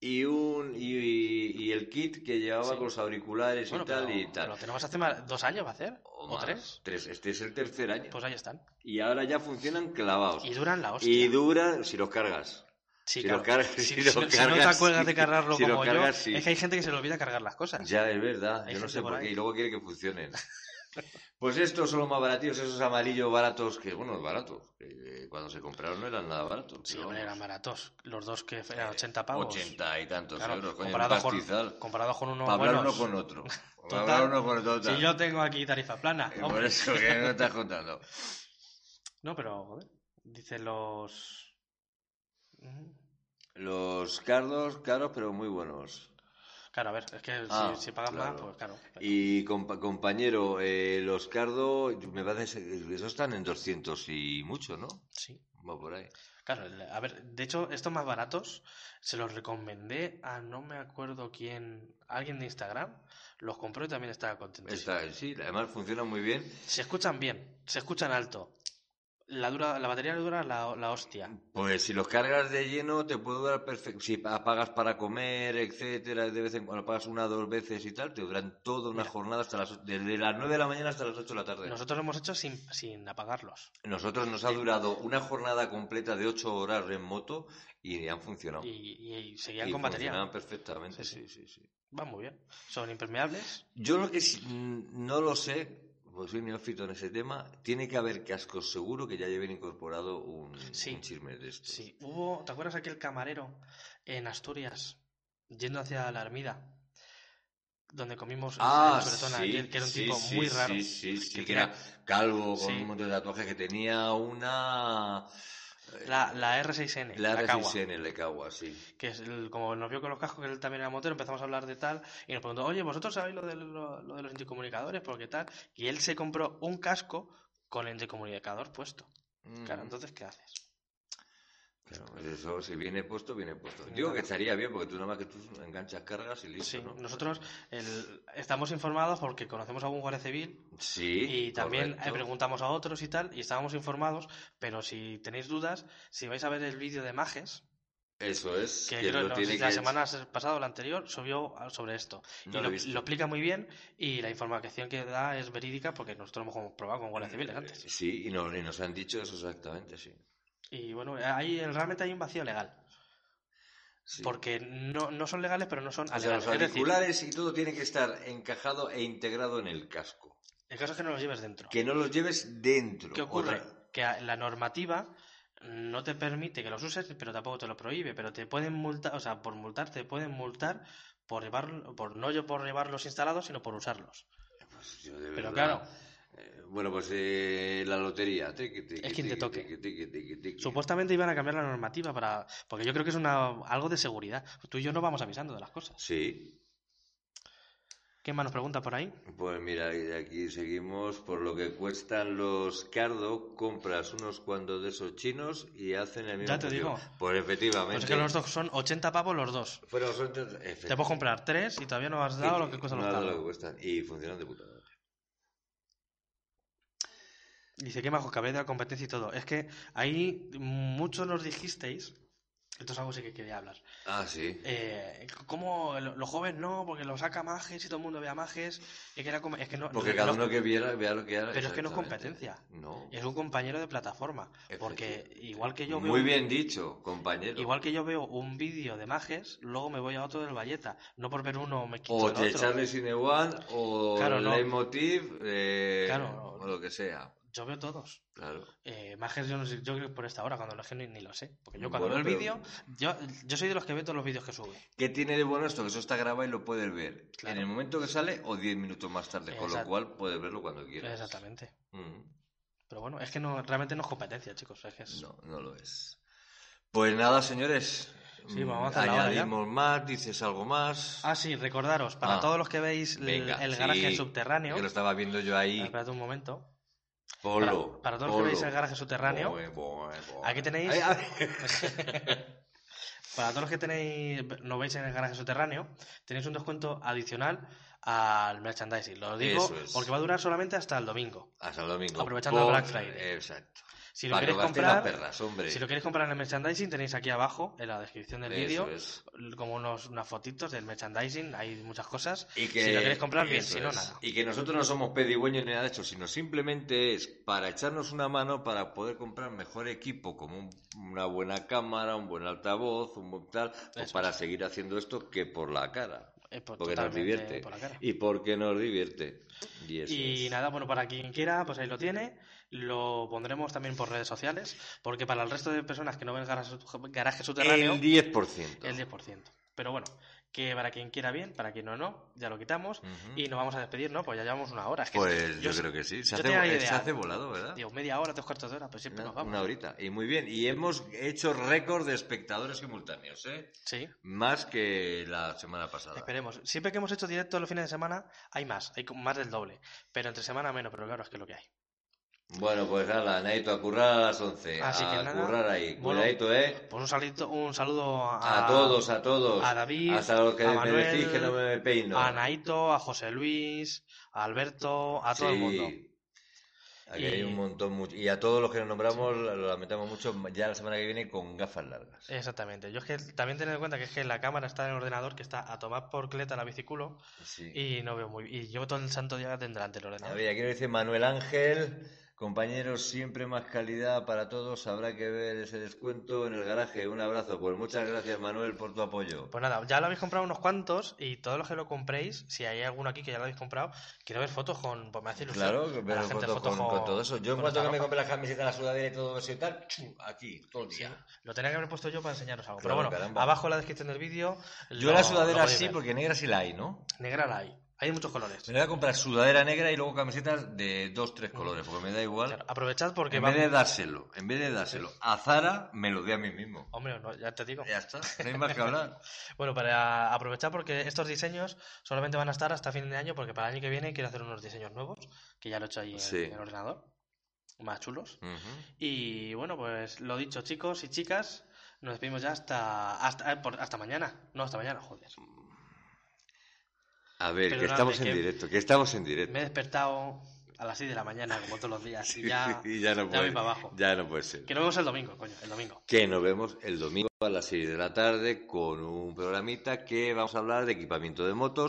[SPEAKER 2] y un y, y- y el kit que llevaba
[SPEAKER 1] Sí.
[SPEAKER 2] con los auriculares
[SPEAKER 1] Bueno,
[SPEAKER 2] y tal
[SPEAKER 1] pero
[SPEAKER 2] y tal.
[SPEAKER 1] Lo tenemos hace más- dos años, ¿va a hacer? ¿O,
[SPEAKER 2] más.
[SPEAKER 1] tres?
[SPEAKER 2] Este es el tercer año.
[SPEAKER 1] Pues ahí están.
[SPEAKER 2] Y ahora ya funcionan clavados.
[SPEAKER 1] Y duran la hostia.
[SPEAKER 2] Y duran si los cargas.
[SPEAKER 1] Sí,
[SPEAKER 2] si
[SPEAKER 1] claro.
[SPEAKER 2] lo cargas-
[SPEAKER 1] Si- si
[SPEAKER 2] si lo
[SPEAKER 1] no- si no te
[SPEAKER 2] cargas,
[SPEAKER 1] acuerdas de
[SPEAKER 2] sí.
[SPEAKER 1] cargarlo
[SPEAKER 2] Si lo
[SPEAKER 1] como yo,
[SPEAKER 2] cargas, sí.
[SPEAKER 1] es que hay gente que se le olvida cargar las cosas.
[SPEAKER 2] Ya, es verdad.
[SPEAKER 1] Hay
[SPEAKER 2] Yo no
[SPEAKER 1] gente
[SPEAKER 2] sé
[SPEAKER 1] por
[SPEAKER 2] por, qué.
[SPEAKER 1] ahí.
[SPEAKER 2] Y luego quiere que funcionen. Pues estos son los más baratos, esos amarillos baratos, que bueno, baratos. que, eh, cuando se compraron no eran nada baratos.
[SPEAKER 1] Sí,
[SPEAKER 2] pero
[SPEAKER 1] hombre, eran
[SPEAKER 2] vamos,
[SPEAKER 1] baratos. Los dos que
[SPEAKER 2] eh,
[SPEAKER 1] eran 80 pavos.
[SPEAKER 2] 80 y tantos
[SPEAKER 1] Claro,
[SPEAKER 2] euros, coño,
[SPEAKER 1] comparados
[SPEAKER 2] un pastizal.
[SPEAKER 1] con, comparados con unos
[SPEAKER 2] Para hablar
[SPEAKER 1] buenos.
[SPEAKER 2] uno con otro. Para
[SPEAKER 1] Total.
[SPEAKER 2] hablar uno con otro.
[SPEAKER 1] Si yo tengo aquí tarifa plana.
[SPEAKER 2] Eh,
[SPEAKER 1] hombre.
[SPEAKER 2] Por eso que no estás contando.
[SPEAKER 1] No, pero, joder. Dicen los. Ujú.
[SPEAKER 2] Los cardos, caros, pero muy buenos.
[SPEAKER 1] Claro, a ver, es que si-
[SPEAKER 2] Ah,
[SPEAKER 1] si, pagas más,
[SPEAKER 2] claro.
[SPEAKER 1] pues claro.
[SPEAKER 2] Y compa- compañero, eh, los cardos, me parece que esos están en 200 y mucho, ¿no?
[SPEAKER 1] Sí.
[SPEAKER 2] Va por ahí.
[SPEAKER 1] Claro, el- a ver, de hecho, estos más baratos se los recomendé a no me acuerdo quién, alguien de Instagram, los compró y también estaba contento.
[SPEAKER 2] Está, sí, además funciona muy bien.
[SPEAKER 1] Se escuchan bien, se escuchan alto. La, dura, la batería le dura la, la hostia.
[SPEAKER 2] Pues si los cargas de lleno te puede durar perfecto. Si apagas para comer, etcétera, de vez en cuando apagas una dos veces y tal, te duran toda una
[SPEAKER 1] Mira.
[SPEAKER 2] jornada hasta las o- desde las 9 de la mañana hasta las 8 de la tarde.
[SPEAKER 1] Nosotros lo hemos hecho sin, sin apagarlos.
[SPEAKER 2] Nosotros nos ha durado una jornada completa de 8 horas en moto y han funcionado.
[SPEAKER 1] Y, y- y seguían
[SPEAKER 2] Y
[SPEAKER 1] con batería.
[SPEAKER 2] funcionaban perfectamente.
[SPEAKER 1] Sí,
[SPEAKER 2] Sí, sí, sí.
[SPEAKER 1] Van muy bien. Son impermeables.
[SPEAKER 2] Yo lo que sí- mm, no lo sé, pues soy neófito en ese tema, tiene que haber cascos seguro que ya lleven incorporado un,
[SPEAKER 1] Sí.
[SPEAKER 2] un chisme de estos.
[SPEAKER 1] Sí, hubo, ¿te acuerdas aquel camarero en Asturias, yendo hacia la ermida, donde comimos
[SPEAKER 2] Ah,
[SPEAKER 1] eh, en Solezona,
[SPEAKER 2] sí,
[SPEAKER 1] que, que era un
[SPEAKER 2] sí,
[SPEAKER 1] tipo
[SPEAKER 2] sí,
[SPEAKER 1] muy
[SPEAKER 2] sí,
[SPEAKER 1] raro?
[SPEAKER 2] Sí, sí, que,
[SPEAKER 1] tenía-
[SPEAKER 2] era calvo, con
[SPEAKER 1] Sí.
[SPEAKER 2] un montón de tatuajes, que tenía una...
[SPEAKER 1] La, la R6N,
[SPEAKER 2] La
[SPEAKER 1] la Kawa,
[SPEAKER 2] RSN en Lecawa, sí.
[SPEAKER 1] que es el- como nos vio con los cascos, que él también era motero, empezamos a hablar de tal, y nos preguntó, oye, ¿vosotros sabéis lo de, lo, lo de los intercomunicadores? Porque tal, y él se compró un casco con el intercomunicador puesto. Claro,
[SPEAKER 2] Mm.
[SPEAKER 1] entonces, ¿qué haces?
[SPEAKER 2] Claro, pues eso, si viene puesto, viene puesto.
[SPEAKER 1] Claro.
[SPEAKER 2] Digo que estaría bien, porque tú nada más que tú enganchas cargas y listo,
[SPEAKER 1] Sí,
[SPEAKER 2] ¿no?
[SPEAKER 1] nosotros el- estamos informados porque conocemos a algún guardia civil
[SPEAKER 2] Sí,
[SPEAKER 1] Y también eh,
[SPEAKER 2] correcto.
[SPEAKER 1] preguntamos a otros y tal, y estábamos informados, pero si tenéis dudas, si vais a ver el vídeo de Mages,
[SPEAKER 2] Eso es,
[SPEAKER 1] que
[SPEAKER 2] que
[SPEAKER 1] creo
[SPEAKER 2] lo
[SPEAKER 1] no sé
[SPEAKER 2] tiene
[SPEAKER 1] si la
[SPEAKER 2] que-
[SPEAKER 1] semana pasada o la anterior subió ah, sobre esto.
[SPEAKER 2] No
[SPEAKER 1] y
[SPEAKER 2] lo he
[SPEAKER 1] lo,
[SPEAKER 2] visto.
[SPEAKER 1] lo explica muy bien, y la información que da es verídica porque nosotros lo hemos probado con
[SPEAKER 2] Mm,
[SPEAKER 1] guardias civiles antes.
[SPEAKER 2] Sí, y nos, y nos han dicho eso exactamente, sí.
[SPEAKER 1] Y bueno, ahí realmente hay un vacío legal,
[SPEAKER 2] Sí. Ah,
[SPEAKER 1] porque no, no son legales, pero no son
[SPEAKER 2] O sea,
[SPEAKER 1] alegales.
[SPEAKER 2] los
[SPEAKER 1] es decir,
[SPEAKER 2] auriculares y todo tiene que estar encajado e integrado en el casco.
[SPEAKER 1] el caso es que no los lleves dentro.
[SPEAKER 2] Que no los lleves dentro.
[SPEAKER 1] ¿Qué Ah. ocurre?
[SPEAKER 2] Otra-
[SPEAKER 1] Que a- la normativa no te permite que los uses, pero tampoco te lo prohíbe, pero te pueden multar, o sea, por multar te pueden multar por llevar, por no yo por llevarlos instalados, sino por usarlos.
[SPEAKER 2] Pues yo de
[SPEAKER 1] Pero
[SPEAKER 2] verdad-
[SPEAKER 1] claro,
[SPEAKER 2] Eh, bueno, pues eh, la lotería. Tiqui, tiqui,
[SPEAKER 1] Es quien te
[SPEAKER 2] tiqui,
[SPEAKER 1] toque.
[SPEAKER 2] tiqui, tiqui, tiqui, tiqui.
[SPEAKER 1] supuestamente iban a cambiar la normativa para, porque yo creo que es una algo de seguridad. Tú y yo no vamos avisando de las cosas.
[SPEAKER 2] Sí.
[SPEAKER 1] ¿Qué más nos pregunta por ahí?
[SPEAKER 2] Pues mira, y aquí seguimos por lo que cuestan los cardo, compras unos cuantos de esos chinos y hacen el mismo.
[SPEAKER 1] Ya te
[SPEAKER 2] precio.
[SPEAKER 1] digo.
[SPEAKER 2] Pues
[SPEAKER 1] Pues
[SPEAKER 2] efectivamente.
[SPEAKER 1] es que los dos son 80 pavos los dos.
[SPEAKER 2] Fueron son- efectivamente.
[SPEAKER 1] Te puedes comprar tres y todavía no has dado lo que cuestan
[SPEAKER 2] No
[SPEAKER 1] los
[SPEAKER 2] ha dado
[SPEAKER 1] carros.
[SPEAKER 2] lo que cuestan. Y funcionan de puta madre.
[SPEAKER 1] Dice que bajo cabeza la competencia y todo. Es que ahí mucho nos dijisteis, esto es algo sí que quería hablar.
[SPEAKER 2] Ah, sí.
[SPEAKER 1] Eh, ¿Cómo lo- los jóvenes no? Porque lo saca Mages y todo el mundo vea Mages. Es que, era como- es que no,
[SPEAKER 2] Porque
[SPEAKER 1] no-
[SPEAKER 2] cada
[SPEAKER 1] no-
[SPEAKER 2] uno que viera, vea lo que haga.
[SPEAKER 1] Pero es que no es
[SPEAKER 2] exactamente.
[SPEAKER 1] competencia.
[SPEAKER 2] No.
[SPEAKER 1] es un compañero de plataforma. Porque
[SPEAKER 2] Efectivamente.
[SPEAKER 1] igual que yo veo,
[SPEAKER 2] Muy bien dicho, compañero.
[SPEAKER 1] igual que yo veo un vídeo de Mages, luego me voy a otro del Valleta. No por ver uno me quito
[SPEAKER 2] O
[SPEAKER 1] el
[SPEAKER 2] de
[SPEAKER 1] otro.
[SPEAKER 2] Charles Cinewan, o
[SPEAKER 1] Claro, no.
[SPEAKER 2] Leitmotiv, eh,
[SPEAKER 1] Claro.
[SPEAKER 2] o lo que sea.
[SPEAKER 1] Yo veo todos.
[SPEAKER 2] Claro.
[SPEAKER 1] Eh, Mages, yo no sé, yo creo que por esta hora, cuando lo que ni, ni lo sé. Porque yo cuando
[SPEAKER 2] Bueno,
[SPEAKER 1] veo el
[SPEAKER 2] pero-
[SPEAKER 1] vídeo, yo, yo soy de los que ve todos los vídeos que sube.
[SPEAKER 2] ¿Qué tiene de bueno esto? Que eso está grabado y lo puedes ver
[SPEAKER 1] Claro.
[SPEAKER 2] en el momento que sale o 10 minutos más tarde, con lo
[SPEAKER 1] Exacto.
[SPEAKER 2] cual puedes verlo cuando quieras.
[SPEAKER 1] Exactamente.
[SPEAKER 2] Mm,
[SPEAKER 1] Pero bueno, es que no, realmente no es competencia, chicos. Es que es-
[SPEAKER 2] No, no lo es. Pues nada, señores.
[SPEAKER 1] Sí,
[SPEAKER 2] Mm,
[SPEAKER 1] vamos a hacer la hora ya.
[SPEAKER 2] Añadimos más, dices algo más.
[SPEAKER 1] Ah, sí, recordaros, para
[SPEAKER 2] Ah.
[SPEAKER 1] todos los que veis l-
[SPEAKER 2] Venga,
[SPEAKER 1] el garaje
[SPEAKER 2] sí,
[SPEAKER 1] subterráneo.
[SPEAKER 2] Que lo estaba viendo yo ahí.
[SPEAKER 1] Esperad un momento. Para,
[SPEAKER 2] Polo.
[SPEAKER 1] para todos los
[SPEAKER 2] polo.
[SPEAKER 1] que veis el garaje subterráneo.
[SPEAKER 2] Boe, boe, boe.
[SPEAKER 1] Aquí tenéis-
[SPEAKER 2] Ay, ah, ay.
[SPEAKER 1] Para todos los que tenéis, no veis en el garaje subterráneo, tenéis un descuento adicional al merchandising. Lo digo
[SPEAKER 2] Eso es.
[SPEAKER 1] porque va a durar solamente hasta el domingo.
[SPEAKER 2] Hasta el domingo.
[SPEAKER 1] Aprovechando el
[SPEAKER 2] Por-
[SPEAKER 1] Black Friday.
[SPEAKER 2] Exacto.
[SPEAKER 1] Si lo
[SPEAKER 2] Para que
[SPEAKER 1] queréis
[SPEAKER 2] gasten las
[SPEAKER 1] comprar,
[SPEAKER 2] perras, hombre.
[SPEAKER 1] si lo queréis comprar en el merchandising, tenéis aquí abajo en la descripción del
[SPEAKER 2] Eso
[SPEAKER 1] vídeo
[SPEAKER 2] es.
[SPEAKER 1] como unos, unas fotitos del merchandising, hay muchas cosas.
[SPEAKER 2] Y que,
[SPEAKER 1] si lo queréis comprar, bien,
[SPEAKER 2] eso
[SPEAKER 1] si no,
[SPEAKER 2] es.
[SPEAKER 1] nada.
[SPEAKER 2] Y que nosotros no somos pedigüeños ni nada de eso, sino simplemente es para echarnos una mano para poder comprar mejor equipo, como un- una buena cámara, un buen altavoz, un buen tal, o
[SPEAKER 1] Eso
[SPEAKER 2] para seguir haciendo esto que por la cara.
[SPEAKER 1] Eh, pues,
[SPEAKER 2] Porque nos
[SPEAKER 1] totalmente
[SPEAKER 2] divierte.
[SPEAKER 1] por la cara.
[SPEAKER 2] Y porque nos divierte. Y eso
[SPEAKER 1] Y
[SPEAKER 2] es.
[SPEAKER 1] nada, bueno, para quien quiera, pues ahí lo tiene. Lo pondremos también por redes sociales, porque para el resto de personas que no ven garaje, garaje subterráneo,
[SPEAKER 2] El 10%.
[SPEAKER 1] el 10%. Pero bueno, que para quien quiera bien, para quien no, no, ya lo quitamos.
[SPEAKER 2] Ujú.
[SPEAKER 1] Y nos vamos a despedir, ¿no? Pues ya llevamos una hora. Es que
[SPEAKER 2] Pues yo,
[SPEAKER 1] yo-
[SPEAKER 2] creo que sí. Se
[SPEAKER 1] yo
[SPEAKER 2] hace, eh,
[SPEAKER 1] tenía la
[SPEAKER 2] se
[SPEAKER 1] idea.
[SPEAKER 2] hace volado, ¿verdad?
[SPEAKER 1] Digo, media hora, tres cuartos de hora, pues siempre
[SPEAKER 2] Una,
[SPEAKER 1] nos vamos.
[SPEAKER 2] una horita. Y muy bien. Y hemos hecho récord de espectadores simultáneos, ¿eh?
[SPEAKER 1] Sí,
[SPEAKER 2] Más que la semana pasada.
[SPEAKER 1] esperemos. Siempre que hemos hecho directo los fines de semana, hay más, hay como más del doble. Pero entre semana menos, pero claro, es que es lo que hay.
[SPEAKER 2] Bueno, pues nada, Naito, a currar a las 11.
[SPEAKER 1] Así
[SPEAKER 2] a
[SPEAKER 1] que nada,
[SPEAKER 2] currar ahí.
[SPEAKER 1] bueno,
[SPEAKER 2] Cuidadito, ¿eh?
[SPEAKER 1] Pues un saludo, un saludo
[SPEAKER 2] A, todos, a todos.
[SPEAKER 1] a David,
[SPEAKER 2] Hasta los que
[SPEAKER 1] a
[SPEAKER 2] me
[SPEAKER 1] Manuel,
[SPEAKER 2] decís que no me peino.
[SPEAKER 1] a Naito, a José Luis, a Alberto, a todo el
[SPEAKER 2] Sí.
[SPEAKER 1] mundo.
[SPEAKER 2] Aquí
[SPEAKER 1] Y-
[SPEAKER 2] hay un montón. mu- Y a todos los que nos nombramos, lo lamentamos mucho. Ya la semana que viene con gafas largas.
[SPEAKER 1] Exactamente. Yo es que también tened en cuenta que es que la cámara está en el ordenador que está a tomar por cleta la biciculo
[SPEAKER 2] Sí.
[SPEAKER 1] y no veo muy Y llevo todo el santo día delante del
[SPEAKER 2] A
[SPEAKER 1] ordenador.
[SPEAKER 2] ver, aquí nos dice Manuel Ángel. Compañeros, siempre más calidad para todos. Habrá que ver ese descuento en el garaje. Un abrazo. Pues muchas gracias, Manuel, por tu apoyo.
[SPEAKER 1] Pues nada, ya lo habéis comprado unos cuantos y todos los que lo compréis, si hay alguno aquí que ya lo habéis comprado, quiero ver fotos con... Pues me hace ilusión.
[SPEAKER 2] Claro,
[SPEAKER 1] ver a
[SPEAKER 2] pero
[SPEAKER 1] la gente
[SPEAKER 2] con, con-
[SPEAKER 1] fotos
[SPEAKER 2] con todo eso. Yo en
[SPEAKER 1] con
[SPEAKER 2] cuanto
[SPEAKER 1] esta
[SPEAKER 2] que me
[SPEAKER 1] ropa.
[SPEAKER 2] compré la camiseta, la sudadera y todo eso y tal, ¡chum! aquí, todo el
[SPEAKER 1] Sí,
[SPEAKER 2] día.
[SPEAKER 1] lo tenía que haber puesto yo para enseñaros algo.
[SPEAKER 2] Claro,
[SPEAKER 1] Pero bueno,
[SPEAKER 2] caramba.
[SPEAKER 1] abajo en la descripción del vídeo...
[SPEAKER 2] Yo
[SPEAKER 1] lo-
[SPEAKER 2] la
[SPEAKER 1] lo
[SPEAKER 2] sudadera
[SPEAKER 1] podéis
[SPEAKER 2] sí,
[SPEAKER 1] ver.
[SPEAKER 2] porque negra sí la hay, ¿no?
[SPEAKER 1] Negra la hay. Hay de muchos colores.
[SPEAKER 2] Me voy a comprar sudadera negra y luego camisetas de dos, tres colores, porque me da igual.
[SPEAKER 1] Claro, aprovechad porque
[SPEAKER 2] en
[SPEAKER 1] va...
[SPEAKER 2] vez de dárselo, en vez de dárselo a Zara, me lo doy a mí mismo.
[SPEAKER 1] Hombre, no, ya te digo.
[SPEAKER 2] Ya está, no hay más que hablar.
[SPEAKER 1] Bueno, para aprovechar porque estos diseños solamente van a estar hasta fin de año porque para el año que viene quiero hacer unos diseños nuevos, que ya lo he hecho ahí en-
[SPEAKER 2] Sí.
[SPEAKER 1] en el ordenador, más chulos.
[SPEAKER 2] Ujú.
[SPEAKER 1] Y bueno, pues lo dicho, chicos y chicas, nos despedimos ya hasta hasta, eh, por- hasta mañana. No, hasta mañana, joder.
[SPEAKER 2] A ver, que
[SPEAKER 1] Perdonadme,
[SPEAKER 2] estamos en
[SPEAKER 1] que-
[SPEAKER 2] directo, que estamos en directo.
[SPEAKER 1] Me he despertado a las 6 de la mañana, como todos los días, y ya,
[SPEAKER 2] Y ya no
[SPEAKER 1] ya voy
[SPEAKER 2] puede,
[SPEAKER 1] para abajo.
[SPEAKER 2] ya no puede ser.
[SPEAKER 1] Que nos vemos el domingo, coño, el domingo.
[SPEAKER 2] que nos vemos el domingo a las 6 de la tarde con un programita que vamos a hablar de equipamiento de motos